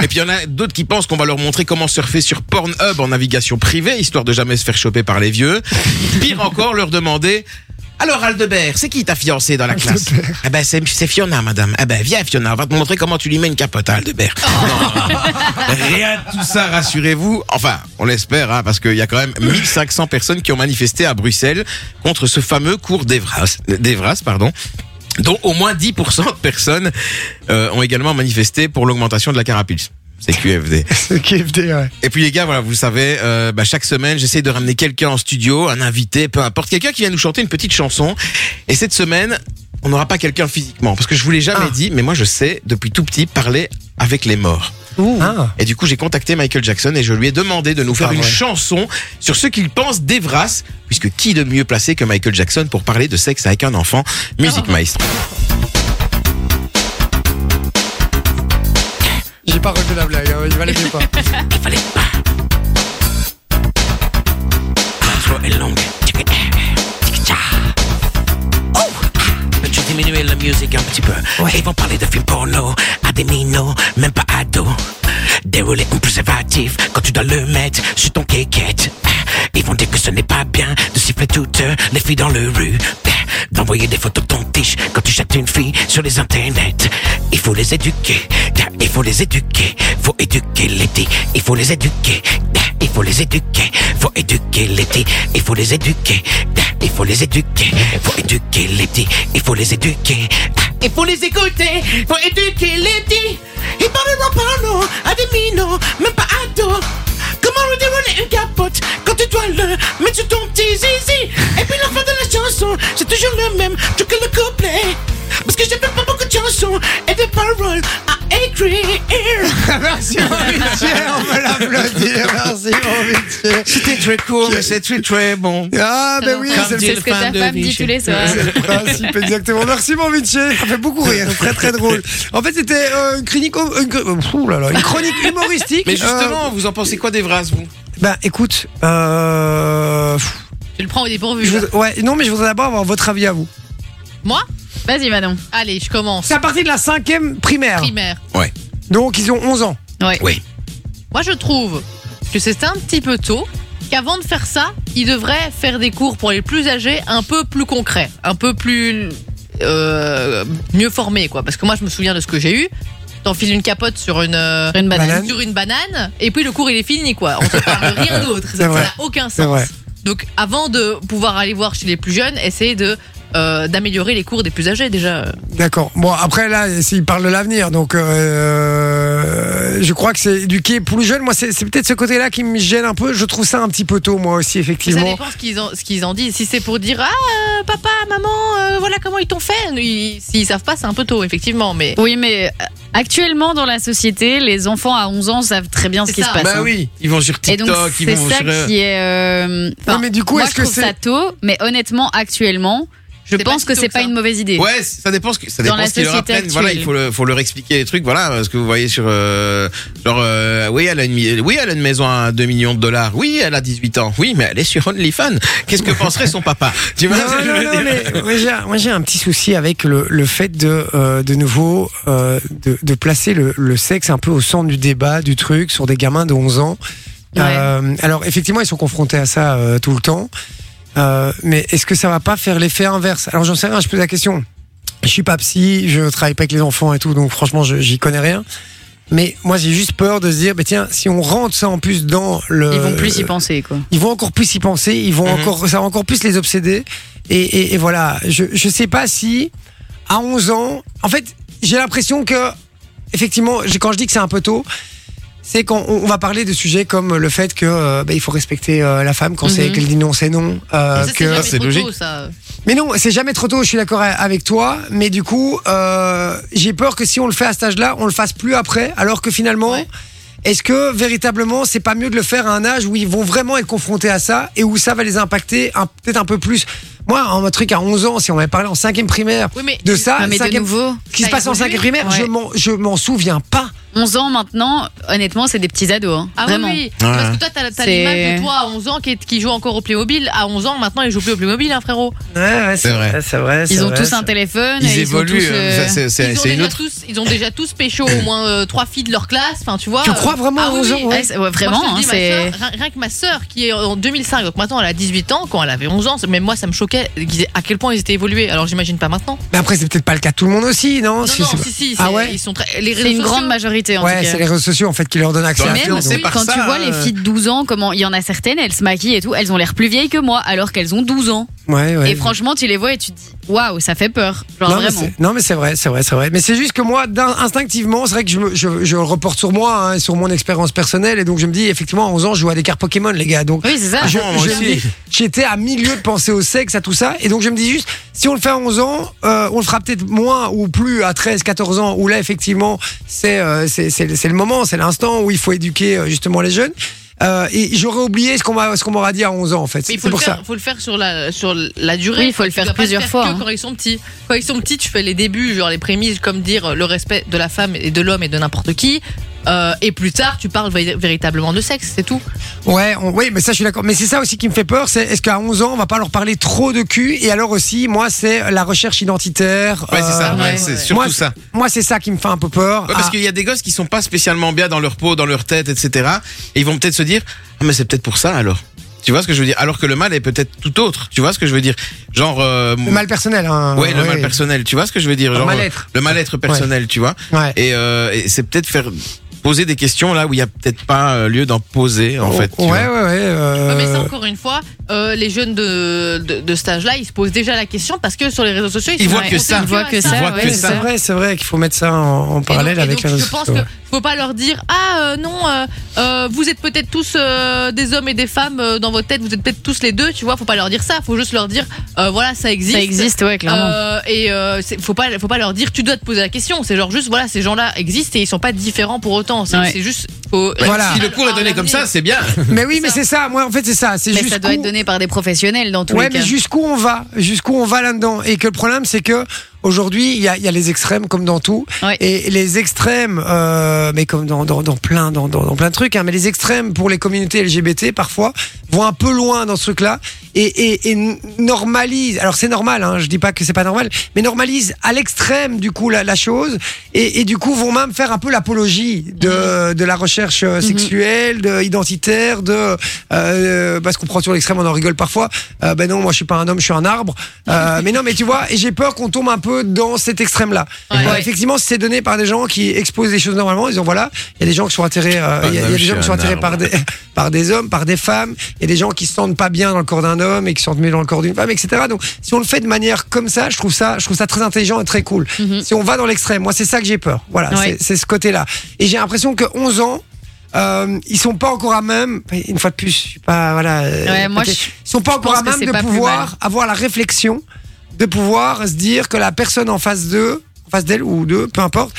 Et puis il y en a d'autres qui pensent qu'on va leur montrer comment surfer sur Pornhub en navigation privée, histoire de jamais se faire choper par les vieux. Pire encore, leur demander. Alors Aldebert, c'est qui ta fiancée dans la classe Eh ben c'est c'est Fiona, madame. Eh ben viens Fiona, on va te montrer comment tu lui mets une capote à Aldebert. Rien de tout ça, rassurez-vous. Enfin, on l'espère, hein, parce qu'il y a quand même 1500 personnes qui ont manifesté à Bruxelles contre ce fameux cours d'Evras, d'Evras, pardon. Dont au moins 10% de personnes euh, ont également manifesté pour l'augmentation de la carapulse. C'est QFD. C'est KFD, ouais. Et puis les gars, voilà, vous le savez, euh, bah, chaque semaine, j'essaie de ramener quelqu'un en studio, un invité, peu importe, quelqu'un qui vient nous chanter une petite chanson. Et cette semaine, on n'aura pas quelqu'un physiquement, parce que je vous l'ai jamais Ah. dit, mais moi je sais depuis tout petit parler avec les morts. Ah. Et du coup, j'ai contacté Michael Jackson et je lui ai demandé de nous faire pas une vrai. chanson sur ce qu'il pense d'Evras, puisque qui de mieux placé que Michael Jackson pour parler de sexe avec un enfant Musique Maestro. J'ai pas relevé la blague, hein, il valait mieux pas. L'intro est longue. Tchic, tchic, tcha. Oh Tu diminues la musique un petit peu. Ils vont parler de films porno à des minots, même pas ados. Dérouler un préservatif quand tu dois le mettre sur ton kékette. Ils vont dire que ce n'est pas bien de siffler toutes les filles dans le rue. Ah. D'envoyer des photos de ton tiche quand tu jettes une fille sur les internets. Il faut les éduquer, il faut les éduquer, faut éduquer les petits, il faut les éduquer, il faut les éduquer, faut éduquer les petits, il faut les éduquer, il faut les éduquer, faut éduquer les petits, il faut les éduquer, il faut les écouter, faut éduquer les petits. Ils parleront pas non, à des minots, même pas ados. Comment le dérouler une capote quand tu dois le mettre sur ton petit zizi Et puis la fin de la chanson, c'est toujours le même, tout que le couplet. Parce que je fais pas beaucoup de chansons et de paroles à écrire. merci mon Vitier, on va l'applaudir, hein. merci Oh, mon Vitier. C'était très cool, mais c'était très bon. Ah, ben oui, Comme c'est dit C'est le, ce que ta fan de femme dit Vichy. tous les soirs. c'est le principe, exactement. Merci mon Vitier, ça fait beaucoup rire, très très drôle. En fait, c'était euh, une, chronique, une, chr- ouh là là, une chronique humoristique. Mais justement, vous en pensez quoi d'Evras, vous euh, ben écoute, euh, pff, Tu le prends au dépourvu. hein. je voudrais- ouais, non, mais je voudrais d'abord avoir votre avis à vous. Moi Vas-y, Manon. Allez, je commence. C'est à partir de la cinquième primaire. Primaire. Donc ils ont 11 ans. Ouais. Ouais. Moi, je trouve que c'est un petit peu tôt. Qu'avant de faire ça, il devrait faire des cours pour les plus âgés un peu plus concrets, un peu plus euh, mieux formés, quoi. Parce que moi, je me souviens de ce que j'ai eu. T'enfiles une capote sur une, euh, Sur une banane. Banane. sur une banane, et puis le cours il est fini, quoi. On te parle de rien d'autre. Ça ça vrai. n'a aucun C'est vrai. sens. Donc, avant de pouvoir aller voir chez les plus jeunes, essayez de euh, d'améliorer les cours des plus âgés déjà. D'accord. Bon, après là, s'il parle de l'avenir, donc euh, je crois que c'est éduquer plus jeune. Moi, c'est c'est peut-être ce côté-là qui me gêne un peu. Je trouve ça un petit peu tôt, moi aussi, Ça effectivement. dépend ce qu'ils en, ce qu'ils en disent. Si c'est pour dire Ah, euh, papa, maman, euh, voilà comment ils t'ont fait. Ils- S'ils savent pas, c'est un peu tôt, effectivement. Mais Oui, mais euh, actuellement dans la société, les enfants à 11 ans savent très bien ce C'est qui ça. se passe. Bah hein. oui, ils vont sur Et donc TikTok, c'est ils vont ça sur... euh, qui est. euh, enfin, Ouais, mais du coup, moi, est-ce je que trouve c'est- ça tôt, mais honnêtement, actuellement, je C'est pas pense si que tôt c'est que pas ça. une mauvaise idée. Ouais, c- ça dépend ce que ça Dans dépend la ce qu'ils leur société apprennent. Voilà, il faut, le, faut leur expliquer les trucs. Voilà, ce que vous voyez sur euh, genre euh, oui, elle a une mi- oui, elle a une maison à 2 millions de dollars. Oui, elle a 18 ans. Oui, mais elle est sur OnlyFans. Qu'est-ce que penserait son papa Tu vois Non, ce que je non, veux non, dire mais moi, j'ai un- moi j'ai un petit souci avec le, le fait de euh, de nouveau euh, de, de placer le, le sexe un peu au centre du débat du truc sur des gamins de 11 ans. Ouais. Euh, alors effectivement ils sont confrontés à ça euh, tout le temps, Euh, mais est-ce que ça va pas faire l'effet inverse Alors j'en sais rien, je pose la question. Je suis pas psy, je travaille pas avec les enfants et tout, donc franchement je- j'y connais rien. Mais moi j'ai juste peur de se dire, bah, tiens, si on rentre ça en plus dans le, Ils Euh, vont plus y penser, quoi. ils vont encore plus y penser, ils vont Mhm. encore, ça va encore plus les obséder. Et, et- et voilà, je, je sais pas si à 11 ans, en fait, j'ai l'impression que, effectivement, j'ai- quand je dis que c'est un peu tôt, c'est qu'on on va parler de sujets comme le fait que euh, bah, il faut respecter euh, la femme quand c'est Mhm. qu'elle dit non, c'est non. euh, ça, c'est que- jamais c'est trop logique. tôt, ça. mais non, c'est jamais trop tôt, je suis d'accord a- avec toi, mais du coup, euh, j'ai peur que si on le fait à cet âge-là, on le fasse plus après, alors que finalement, Ouais. est-ce que véritablement, c'est pas mieux de le faire à un âge où ils vont vraiment être confrontés à ça et où ça va les impacter un- peut-être un peu plus Moi, un truc à 11 ans, si on m'avait parlé en cinquième primaire Oui, mais de ça, Ah, mais de cinquième- nouveau, ce qui ça se passe en évolue, cinquième primaire, je ouais. m'en- je m'en souviens pas. 11 ans maintenant, honnêtement, c'est des petits ados. hein. Ah oui, Vraiment. oui, Parce que toi, t'as t'as C'est- l'image de toi à 11 ans qui, est- qui joue encore au Playmobil. À 11 ans, maintenant, il joue plus au Playmobil, hein, frérot. Ouais, c'est vrai, c'est vrai. Ils ont tous un téléphone. Ils et sont évoluent. tous, euh, euh, ça, c'est- C'est Ils ont, c'est une déjà autre. tous, ils ont déjà tous pécho au moins euh, trois filles de leur classe. Enfin, tu vois. Tu euh, crois vraiment ah à oui, 11 ans oui. ouais. ouais, c'est- ouais, vraiment, Moi, hein, je te dis, ma c'est. sœur, rien, rien que ma sœur qui est en 2005, donc maintenant elle a 18 ans, quand elle avait 11 ans, même moi ça me choquait qu'ils aient- à quel point ils étaient évolués. Alors j'imagine pas maintenant. Mais après, c'est peut-être pas le cas de tout le monde aussi, non, Non, Si- non, c'est- si, si, Ah c'est- ouais ils sont très. Les réseaux C'est une grande sociaux, majorité en Ouais, tout cas. c'est les réseaux sociaux en fait qui leur donnent accès Dans à la ça, Même on sait par quand ça, tu vois les euh. filles de 12 ans, comment il y en a certaines, elles se maquillent et tout, elles ont l'air plus vieilles que moi alors qu'elles ont 12 ans. Ouais, ouais. Et franchement, tu les vois et tu te dis, waouh, ça fait peur. Genre Non mais, vraiment. c'est- non, mais c'est vrai, c'est vrai, c'est vrai. Mais c'est juste que moi, d'un- instinctivement, c'est vrai que je, me- je, je reporte sur moi, hein, et sur mon expérience personnelle, et donc je me dis, effectivement, à 11 ans, je jouais à des cartes Pokémon, les gars. Donc, Oui, c'est Ah, ça. je- bon, moi je aussi. me dis, j'étais à milieu de penser au sexe, à tout ça, et donc je me dis juste, si on le fait à 11 ans, euh, on le fera peut-être moins ou plus à 13, 14 ans, où là, effectivement, c'est euh, c'est- c'est- c'est le moment, c'est l'instant où il faut éduquer euh, justement les jeunes. Euh, et j'aurais oublié ce qu'on m'a- ce qu'on m'aura dit à 11 ans, en fait. Mais il faut C'est le, pour faire, ça. faut le faire sur la, sur la durée. Oui, il faut le Tu faire dois pas plusieurs faire fois, que hein. Quand ils sont petits. Quand ils sont petits, tu fais les débuts, genre les prémices, comme dire euh, le respect de la femme et de l'homme et de n'importe qui. Euh, et plus tard, tu parles vé- véritablement de sexe, c'est tout. Ouais, on- oui, mais ça, je suis d'accord. Mais c'est ça aussi qui me fait peur, c'est est-ce qu'à 11 ans, on va pas leur parler trop de cul Et alors aussi, moi, c'est la recherche identitaire. Ouais, c'est ça, euh, ouais, ouais, c'est ouais. surtout moi, ça. c'est- Moi, c'est ça qui me fait un peu peur. Ouais, parce Ah, qu'il y a des gosses qui sont pas spécialement bien dans leur peau, dans leur tête, etc. Et ils vont peut-être se dire, ah, mais c'est peut-être pour ça alors. Tu vois ce que je veux dire Alors que le mal est peut-être tout autre. Tu vois ce que je veux dire Genre. euh, Le mal personnel. Hein, Ouais, le mal personnel. Tu vois ce que je veux dire Le Genre, euh, mal-être. Le mal-être personnel, tu vois. Ouais. Et, euh, et c'est peut-être faire poser des questions là où il y a peut-être pas euh, lieu d'en poser en fait. tu Oh, ouais, vois. ouais, ouais. euh, Ouais, Mais ça, encore une fois, euh, les jeunes de, de, de cet âge-là, ils se posent déjà la question parce que sur les réseaux sociaux, ils, Ils sont voient là, que on ça. sait Ils voient tu que as ça, On voit ouais, que c'est ça. vrai, c'est vrai qu'il faut mettre ça en, en Et donc- parallèle et avec donc, les je réseaux pense sociaux. que faut pas leur dire ah euh, non euh, euh, vous êtes peut-être tous euh, des hommes et des femmes euh, dans votre tête vous êtes peut-être tous les deux tu vois faut pas leur dire ça faut juste leur dire euh, voilà ça existe Ça existe, ouais, clairement. Euh, et euh, c'est- faut pas faut pas leur dire tu dois te poser la question c'est genre juste voilà ces gens-là existent et ils sont pas différents pour autant c'est Ouais. c'est juste faut- Ouais, Voilà. Bah, Si le cours est Ah, donné comme ça, c'est bien. Mais oui, mais c'est ça. Moi, en fait, c'est ça. C'est Mais juste. ça doit être donné par des professionnels dans tous ouais, les cas. mais jusqu'où on va Jusqu'où on va là-dedans Et que le problème, c'est que aujourd'hui, il y a, il y a les extrêmes comme dans tout. Ouais. Et les extrêmes, euh, mais comme dans, dans, dans plein, dans, dans, dans plein de trucs, hein, mais les extrêmes pour les communautés LGBT, parfois, vont un peu loin dans ce truc-là et, et, et n- normalisent. Alors, c'est normal, hein, je dis pas que c'est pas normal, mais normalisent à l'extrême, du coup, la, la chose. Et, et du coup, vont même faire un peu l'apologie de, de la recherche euh, sexuelle, de, identitaire, de. Euh, parce qu'on prend sur l'extrême, on en rigole parfois. Euh, ben non, moi, je suis pas un homme, je suis un arbre. Euh, mais non, mais tu vois, et j'ai peur qu'on tombe un peu dans cet extrême-là. Ouais. Euh, Ouais. effectivement, c'est donné par des gens qui exposent des choses normalement. Ils ont voilà, il y a des gens qui sont attirés, euh, il y a, il y a homme, des gens je qui suis sont un attirés par des, par des hommes, par des femmes. Il y a des gens qui se sentent pas bien dans le corps d'un homme et qui se sentent mieux dans le corps d'une femme, etc. Donc, si on le fait de manière comme ça, je trouve ça, je trouve ça très intelligent et très cool. Si on va dans l'extrême, moi, c'est ça que j'ai peur. Voilà, Mhm. Ouais. c'est- c'est ce côté-là. Et j'ai l'impression que 11 ans. Euh, ils sont pas encore à même. Une fois de plus, je suis pas voilà. euh, Ouais, moi, peut-être- je- ils sont pas encore pense à que même c'est de pas plus pouvoir avoir la réflexion, de pouvoir se dire que la personne en face d'eux, en face d'elle ou d'eux, peu importe,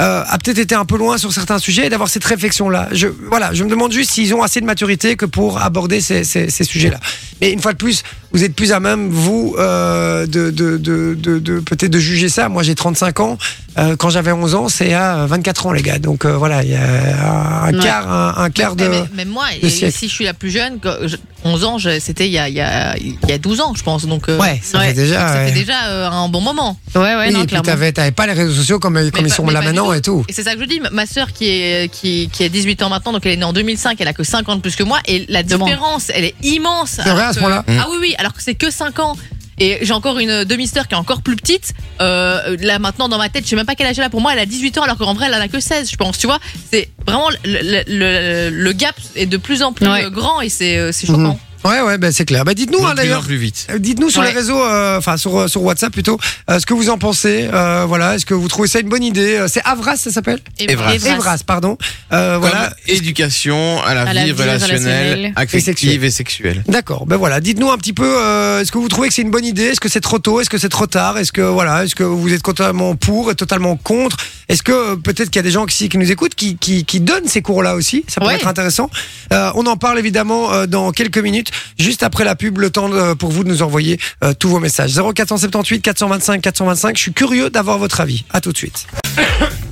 euh, a peut-être été un peu loin sur certains sujets et d'avoir cette réflexion-là. Je, voilà, je me demande juste s'ils ont assez de maturité que pour aborder ces, ces- ces sujets-là. Mais une fois de plus, vous êtes plus à même, vous, euh, de, de, de, de- de- peut-être de juger ça. Moi, j'ai 35 ans. Euh, quand j'avais 11 ans, c'est à 24 ans, les gars. Donc euh, voilà, il y a un Ouais. quart, un, un quart de. Mais même- même moi, et- siècle. si je suis la plus jeune, que- je- 11 ans, je- c'était il y a, il y, a, il y a 12 ans, je pense. Donc, euh, Ouais, ça fait déjà, donc ça ouais. fait déjà euh, un bon moment. Ouais, ouais, Oui, non, et puis clairement. t'avais, t'avais pas les réseaux sociaux comme, comme Mais ils pas- sont mais là pas du maintenant tout. et tout. Et c'est ça que je dis. Ma sœur qui est qui, qui a 18 ans maintenant, donc elle est née en 2005, elle a que 5 ans de plus que moi et la Demande. différence, elle est immense. C'est vrai, Alors à ce que- point-là Mm. Ah oui oui, alors que c'est que 5 ans. Et j'ai encore une demi-sœur qui est encore plus petite. Euh, là maintenant dans ma tête, je sais même pas quel âge elle a pour moi. Elle a 18 ans alors qu'en vrai elle en a que 16, je pense. Tu vois, c'est vraiment le, le- le- le gap est de plus en plus Ouais. euh, grand et c'est euh, c'est Mhm. choquant. Ouais, ouais, ben c'est clair. Bah, dites-nous, De hein, plus en d'ailleurs. plus vite. Euh, Dites-nous sur Ouais. les réseaux, euh, enfin sur, euh, sur WhatsApp plutôt, euh, ce que vous en pensez. euh, voilà, est-ce que vous trouvez ça une bonne idée Euh, C'est Avras, ça s'appelle Evras. Evras. Evras, pardon. Euh, voilà. Voilà, éducation à la, À la vie, vie relationnelle, relationnelle affective et sexuelle. D'accord. Ben voilà, dites-nous un petit peu. euh, est-ce que vous trouvez que c'est une bonne idée Est-ce que c'est trop tôt Est-ce que c'est trop tard Est-ce que voilà, est-ce que vous êtes totalement pour et totalement contre Est-ce que euh, peut-être qu'il y a des gens qui, qui nous écoutent qui, qui, qui donnent ces cours-là aussi Ça pourrait Ouais. être intéressant. Euh, on en parle évidemment euh, dans quelques minutes, juste après la pub, le temps euh, pour vous de nous envoyer euh, tous vos messages. 0478 425 425. Je suis curieux d'avoir votre avis. À tout de suite.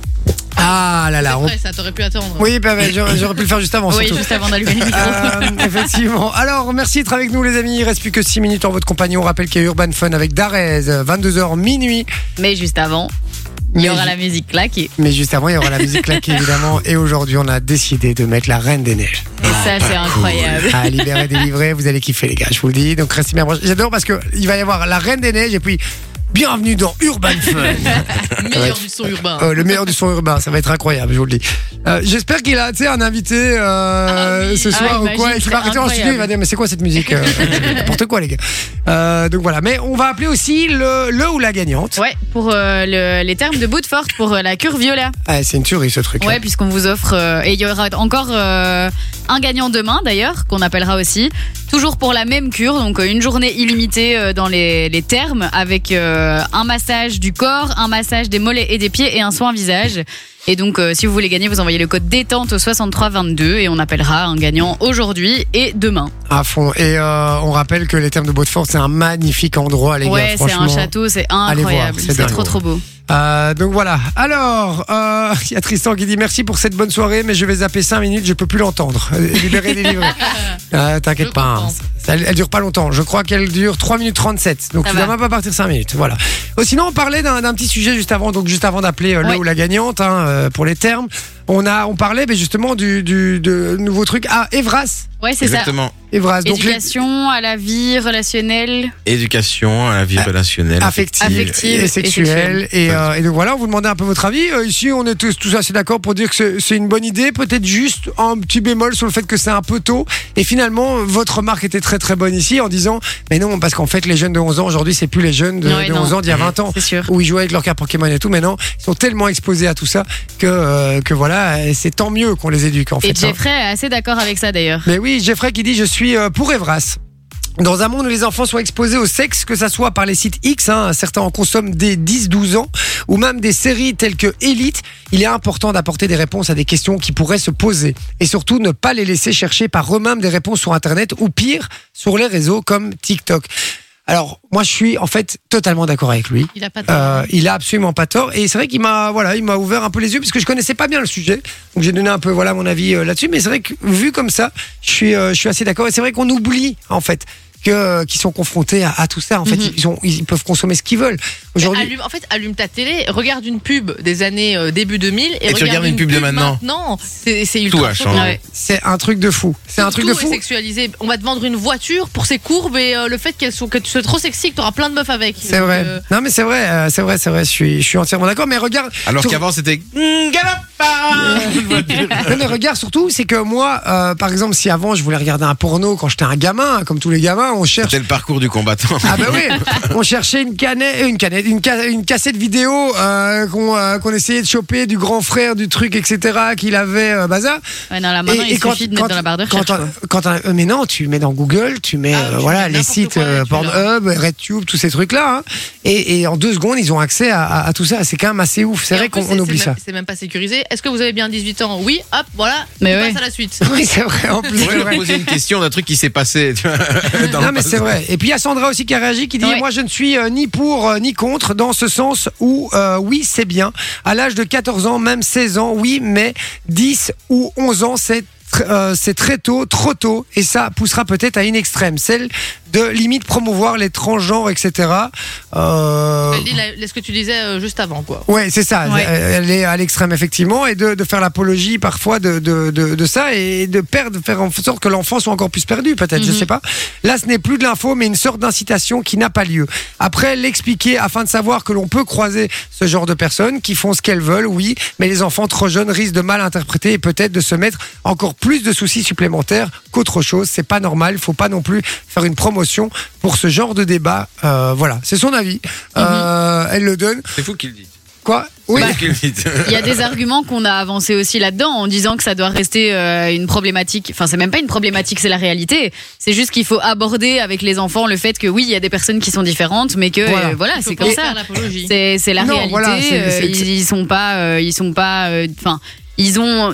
ah là là. on- Après, ça t'aurait pu attendre. Oui, ben, ben, j'aurais j'aurais pu le faire juste avant. Oui, surtout. juste avant d'allumer le micro. Euh, effectivement. Alors, merci d'être avec nous, les amis. Il reste plus que 6 minutes en votre compagnie. On rappelle qu'il y a Urban Fun avec Darez, 22h minuit. Mais juste avant, il y aura la musique claquée. mais juste avant, il y aura la musique claquée, évidemment. Et aujourd'hui, on a décidé de mettre la Reine des Neiges. Et Ah, ça, c'est incroyable. À libérer, délivrer, vous allez kiffer, les gars, je vous le dis. Donc, restez bien branchés. J'adore parce que il va y avoir la Reine des Neiges et puis Bienvenue dans Urban Fun. Meilleur du son urbain. Euh, le meilleur du son urbain, ça va être incroyable, je vous le dis. Euh, J'espère qu'il a tu sais, un invité euh, Ah oui. ce Ah, soir ou imagine, quoi. Il c'est va arrêter en incroyable. studio, il va dire Mais c'est quoi cette musique euh, N'importe quoi, les gars. Euh, donc voilà, mais on va appeler aussi le, le ou la gagnante. Ouais, pour euh, le- les termes de Bootfort pour euh, la cure Viola. Ah, c'est une tuerie ce truc. Ouais, puisqu'on vous offre. euh, et il y aura encore euh, un gagnant demain, d'ailleurs, qu'on appellera aussi. Toujours pour la même cure, donc euh, une journée illimitée euh, dans les, les termes, avec euh, un massage du corps, un massage des mollets et des pieds et un soin visage. Et donc, euh, si vous voulez gagner, vous envoyez le code détente au 6322 et on appellera un gagnant aujourd'hui et demain. À fond. Et euh, on rappelle que les termes de Beaufort, c'est un magnifique endroit, les ouais, gars. c'est un franchement. château, c'est allez voir, incroyable. c'est C'est dingue. trop, trop beau. Euh, donc voilà. Alors, euh, il y a Tristan qui dit merci pour cette bonne soirée, mais je vais zapper 5 minutes, je peux plus l'entendre. Euh, Libéré, délivré. Euh, T'inquiète Je pas. hein. comprends. Ça, Elle, elle dure pas longtemps. Je crois qu'elle dure 3 minutes 37. Donc Ça tu va. vas même pas partir 5 minutes. Voilà. Oh, sinon, on parlait d'un d'un petit sujet juste avant, donc juste avant d'appeler euh, le Ouais. ou la gagnante hein, euh, pour les termes. On, a, on parlait mais justement du, du de nouveau truc. Ah, Evras. Ouais, c'est ça. Exactement. Evras. Donc, les- Éducation à la vie relationnelle. Éducation à la vie relationnelle. Ah, affective, Affective et et sexuelle. Et, euh, et donc voilà, on vous demandait un peu votre avis. Euh, ici, on est tous, tous assez d'accord pour dire que c'est- c'est une bonne idée. Peut-être juste un petit bémol sur le fait que c'est un peu tôt. Et finalement, votre remarque était très très bonne ici en disant Mais non, parce qu'en fait, les jeunes de 11 ans aujourd'hui, c'est plus les jeunes de, Ouais, de non. 11 ans d'il y a 20 ans C'est sûr. où ils jouaient avec leurs cartes Pokémon et tout. Maintenant, ils sont tellement exposés à tout ça que, euh, que voilà, euh, c'est tant mieux qu'on les éduque en Et fait. hein. Jeffrey est assez d'accord avec ça d'ailleurs. Mais oui, Jeffrey qui dit je suis euh, pour Evras. Dans un monde où les enfants sont exposés au sexe, que ça soit par les sites X, hein, certains en consomment dès 10-12 ans, ou même des séries telles que Elite, il est important d'apporter des réponses à des questions qui pourraient se poser. Et surtout, ne pas les laisser chercher par eux-mêmes des réponses sur Internet, ou pire, sur les réseaux comme TikTok. Alors, moi, je suis en fait totalement d'accord avec lui. Il a pas de. Euh, il a absolument pas tort et c'est vrai qu'il m'a voilà il m'a ouvert un peu les yeux parce que je connaissais pas bien le sujet donc j'ai donné un peu voilà mon avis euh, là-dessus mais c'est vrai que vu comme ça je suis euh, je suis assez d'accord et c'est vrai qu'on oublie en fait que euh, qu'ils sont confrontés à, à tout ça en fait Mhm. Ah, ils ont ils peuvent consommer ce qu'ils veulent Mais aujourd'hui allume- en fait, allume ta télé, regarde une pub des années euh, début 2000 et, tu regardes une pub de maintenant. Non, c'est c'est ultra. Tout a changé. choquant. c'est un truc de fou c'est un truc Tout de est fou sexualisé. On va te vendre une voiture pour ses courbes et euh, le fait qu'elles sont que tu sois trop sexy, que tu auras plein de meufs avec. c'est Donc, vrai euh, non mais c'est vrai euh, c'est vrai c'est vrai je suis je suis entièrement d'accord mais regarde Alors sur- qu'avant c'était Non, mais regarde surtout c'est que moi euh, par exemple si avant je voulais regarder un porno quand j'étais un gamin comme tous les gamins on cherche c'était le parcours du combattant. Ah bah oui, on cherchait une canette, une canette, une, ca- une cassette vidéo euh, qu'on euh, qu'on essayait de choper du grand frère du truc, etc. qu'il avait euh, bazar. Ouais, Ah, non, là maintenant il suffit de mettre dans la barre de quand recherche. on- quand on- euh, mais non, tu mets dans Google, tu mets Ah, euh, tu voilà mets les n'importe sites quoi, euh, tu l'as. Pornhub, RedTube, tous ces trucs là. et, et en deux secondes, ils ont accès à, à- à tout ça. C'est quand même assez ouf. C'est et en vrai plus, qu'on on oublie c'est ça. même- C'est même pas sécurisé. Est-ce que vous avez bien 18 ans Oui, hop, voilà. Mais on ouais. passe à la suite. Oui, c'est vrai. En plus, On c'est pourrait vrai. leur poser une question d'un truc qui s'est passé. tu vois, dans Non le mais passé. c'est vrai. Et puis il y a Sandra aussi qui a réagi, qui dit Ouais. moi je ne suis euh, ni pour euh, ni contre dans ce sens où euh, oui c'est bien. À l'âge de 14 ans, même 16 ans, oui, mais 10 ou 11 ans c'est tr- euh, c'est très tôt, trop tôt, et ça poussera peut-être à une extrême, celle de limite promouvoir les transgenres, etc. Euh, Elle dit la- la- ce que tu disais euh, juste avant, quoi. Ouais, c'est ça. Ouais. Euh, Elle est à l'extrême effectivement, et de, de faire l'apologie parfois de, de, de, de ça et de perdre, faire en sorte que l'enfant soit encore plus perdu, peut-être. Je Mhm. sais pas. Là, ce n'est plus de l'info, mais une sorte d'incitation qui n'a pas lieu. Après, l'expliquer afin de savoir que l'on peut croiser ce genre de personnes qui font ce qu'elles veulent, oui, mais les enfants trop jeunes risquent de mal interpréter et peut-être de se mettre encore plus de soucis supplémentaires qu'autre chose. C'est pas normal. Faut pas non plus faire une promotion pour ce genre de débat. Euh, voilà, c'est son avis. Euh, elle le donne. C'est fou qu'il dit. Quoi Oui. C'est fou qu'il dit. Il y a des arguments qu'on a avancés aussi là-dedans en disant que ça doit rester euh, une problématique. Enfin, c'est même pas une problématique, c'est la réalité. C'est juste qu'il faut aborder avec les enfants le fait que oui, il y a des personnes qui sont différentes, mais que euh, Voilà. voilà, Il faut c'est pas comme en faire ça. l'apologie. C'est c'est la Non, réalité. voilà, c'est- euh, c'est- ils, ils sont pas, euh, ils sont pas. euh, Enfin, ils ont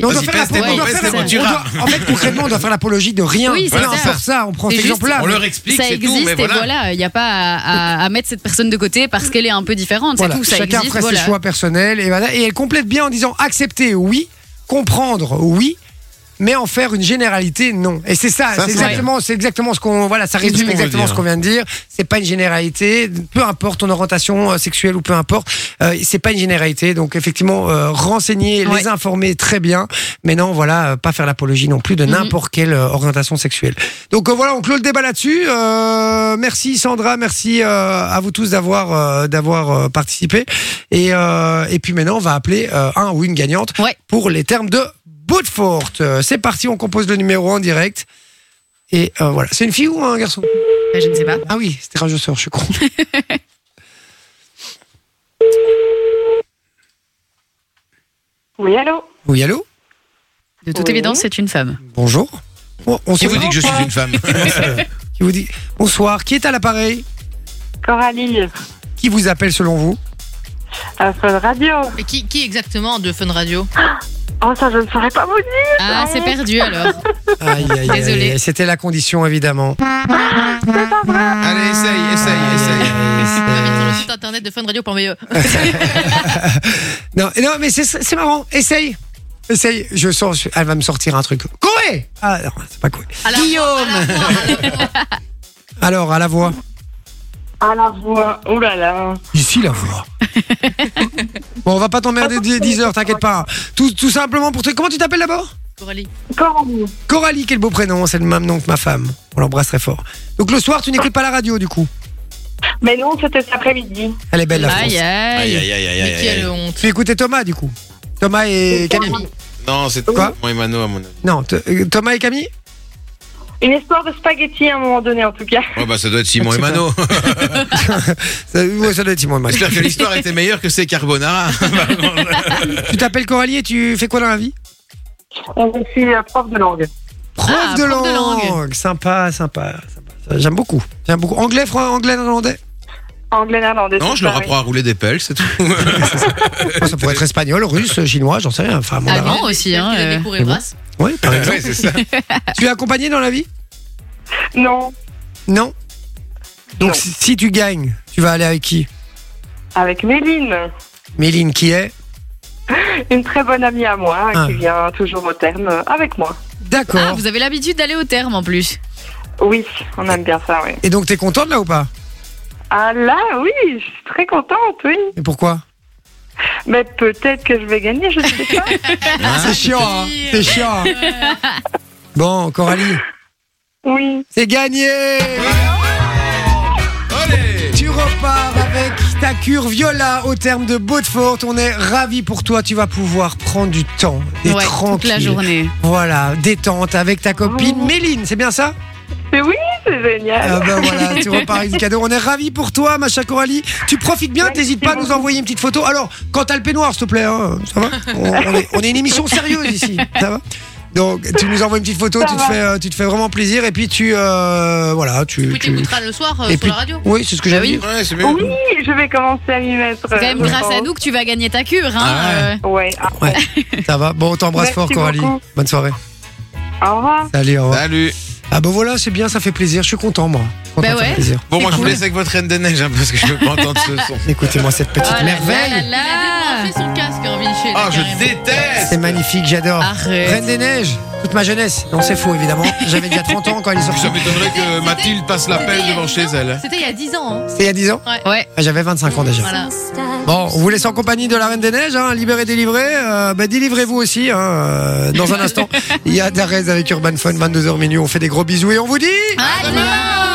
Mais On doit Vas-y, faire pèse tes l'apologie- mots, on doit pèse faire tes mots, l'apologie- tu on iras. doit- En fait, concrètement, on doit faire l'apologie de rien. Oui, c'est Voilà, ça. on sort ça, on prend C'est cet juste- exemple-là. On leur explique, ça c'est tout, existe mais et voilà. voilà, il n'y a pas à, à- à mettre cette personne de côté parce qu'elle est un peu différente. Voilà, C'est tout, ça Chacun existe. ferait voilà. ses choix personnels. Et, voilà. et elle complète bien en disant accepter, oui. Comprendre, oui. mais en faire une généralité, non. Et c'est ça, Ça, c'est c'est vrai. exactement, c'est exactement ce qu'on, voilà, ça C'est tout ce résume qu'on veut exactement dire. ce qu'on vient de dire. C'est pas une généralité, peu importe ton orientation euh, sexuelle ou peu importe, euh, c'est pas une généralité. Donc effectivement, euh, renseigner, les Ouais. informer très bien, mais non, voilà, euh, pas faire l'apologie non Mm-hmm. plus de n'importe quelle euh, orientation sexuelle. Donc euh, voilà, on clôt le débat là-dessus. Euh, merci Sandra, merci euh, à vous tous d'avoir euh, d'avoir euh, participé. Et euh, et puis maintenant, on va appeler euh, un ou une gagnante Ouais. pour les termes de Bootfort. Euh, C'est parti, on compose le numéro en direct. Et euh, voilà, c'est une fille ou un garçon Bah, Je ne sais pas. Ah oui, c'était Rageux Sœur, je suis con. Oui, allô Oui, allô De toute Oui. évidence, c'est une femme. Bonjour. Bon, on Qui se vous dit que je suis une femme Qui vous dit bonsoir. Qui est à l'appareil Coralie, Qui vous appelle selon vous à Fun Radio. Mais qui, qui exactement de Fun Radio Ah. Oh, ça, je ne saurais pas vous dire. Ah, c'est perdu alors. Aïe, aïe, aïe, Désolée. aïe, C'était la condition, évidemment. Ah. Allez, essaye, Aïe, essaye, aïe, essaye. On va mettre sur le aïe, site internet de Fun Radio pour mieux. c'est- Non, non, mais c'est- c'est marrant. Essaye. Essaye. Je sens, je- elle va me sortir un truc. Corée Ah non, c'est pas Corée. À la Guillaume Alors, à la voix. À la voix, oh là là. Ici, la voix. bon, on va pas t'emmerder 10 heures, t'inquiète pas. Tout, tout simplement pour te. Comment tu t'appelles d'abord Coralie. Coralie, Coralie, quel beau prénom, c'est le même nom que ma femme. On l'embrasse très fort. Donc le soir, tu n'écoutes pas la radio du coup. mais non, c'était cet après-midi. Elle est belle la France. Aïe, Aïe, aïe. aïe, aïe, aïe, Mais aïe, quelle aïe. honte. Tu écoutais Thomas du coup. Thomas et Camille. Non, c'est Quoi quoi Moi et Mano, à mon avis. Non, Th- euh, Thomas et Camille Une histoire de spaghetti à un moment donné, en tout cas. Ouais, bah, ça doit être Simon Je et sais Mano. ça, ouais, ça doit être Simon et moi. J'espère que l'histoire était meilleure que c'est Carbonara. Tu t'appelles Coralie et tu fais quoi dans la vie Je suis euh, prof de langue. Prof, Ah, prof de Sympa, sympa, sympa. Ça, J'aime beaucoup. J'aime beaucoup. Anglais, fran- anglais, néerlandais Anglais, néerlandais. Non, c'est je leur pareil. apprends à rouler des pelles, c'est tout. Moi, Ça pourrait être espagnol, russe, chinois, j'en sais rien. Enfin, mon arabe. Allemand aussi, hein. euh. Découvrir mais Ah bon. Brass. Ouais, par exemple. Ouais, c'est ça. tu es accompagné dans la vie Non, Non. Non. Donc si, si tu gagnes, tu vas aller avec qui avec Méline, Méline qui est une très bonne amie à moi Ah. qui vient toujours au terme euh, avec moi. D'accord. Ah, vous avez l'habitude d'aller au terme en plus. Oui, on aime bien ça, oui. Ah. Et donc t'es contente là ou pas Ah là, oui, je suis très contente, oui. Et pourquoi Mais peut-être que je vais gagner, je ne sais pas. Ah, C'est chiant, hein C'est chiant. hein. Bon, Coralie, Oui. c'est gagné Allez Tu repars avec ta cure Viola au terme de Beaufort. On est ravis pour toi. Tu vas pouvoir prendre du temps. Et ouais, toute tranquille. la journée. Voilà, détente avec ta copine Oh. Méline, c'est bien ça Mais oui, c'est génial. Ah ben voilà, tu repars avec du cadeau. On est ravis pour toi, ma chère Coralie. Tu profites bien, Merci t'hésites pas à nous beaucoup. envoyer une petite photo. Alors, quand t'as le peignoir, s'il te plaît, hein, ça va on, on est, on est une émission sérieuse ici, ça va donc tu nous envoies une petite photo, Ça tu te, va. fais, euh, tu te fais vraiment plaisir et puis tu euh, voilà tu, Oui, tu- t'écouteras le soir euh, et sur puis la radio. oui c'est ce Bah que j'avais dit. Ouais, c'est mieux. Oui, je vais commencer à m'y mettre. euh, C'est quand même grâce à nous que tu vas gagner ta cure, hein. Ah euh. ouais. Ouais. ah, Ouais. Ça va bon on t'embrasse Merci fort Coralie. beaucoup. Bonne soirée. Au revoir. Salut. Au revoir. Salut. Ah ben voilà c'est bien ça fait plaisir je suis content moi. Content, Bah ça fait ouais. plaisir. Bon, moi, je vous laisse avec votre reine des neiges, hein, parce que je peux pas entendre ce son. Écoutez-moi cette petite Oh là là merveille. là Il a là. débranché son casque, Vinci. Ah, je carrément. déteste C'est magnifique j'adore. Arrête. Reine des Neiges, toute ma jeunesse. Non, c'est faux, évidemment. J'avais déjà 30 ans quand il est sorti. Ça m'étonnerait que Mathilde passe la pelle devant chez elle. C'était il y a 10 ans. hein. C'était il y a 10 ans Ouais. Ah, J'avais 25 ans déjà. Voilà. Bon, on vous laisse en compagnie de la Reine des Neiges, hein, libéré, délivré. Euh, bah, délivrez-vous aussi. hein, euh, dans un instant, il y a Darès avec Urban Fun, 22h minuit. On fait des gros bisous et on vous dit... À demain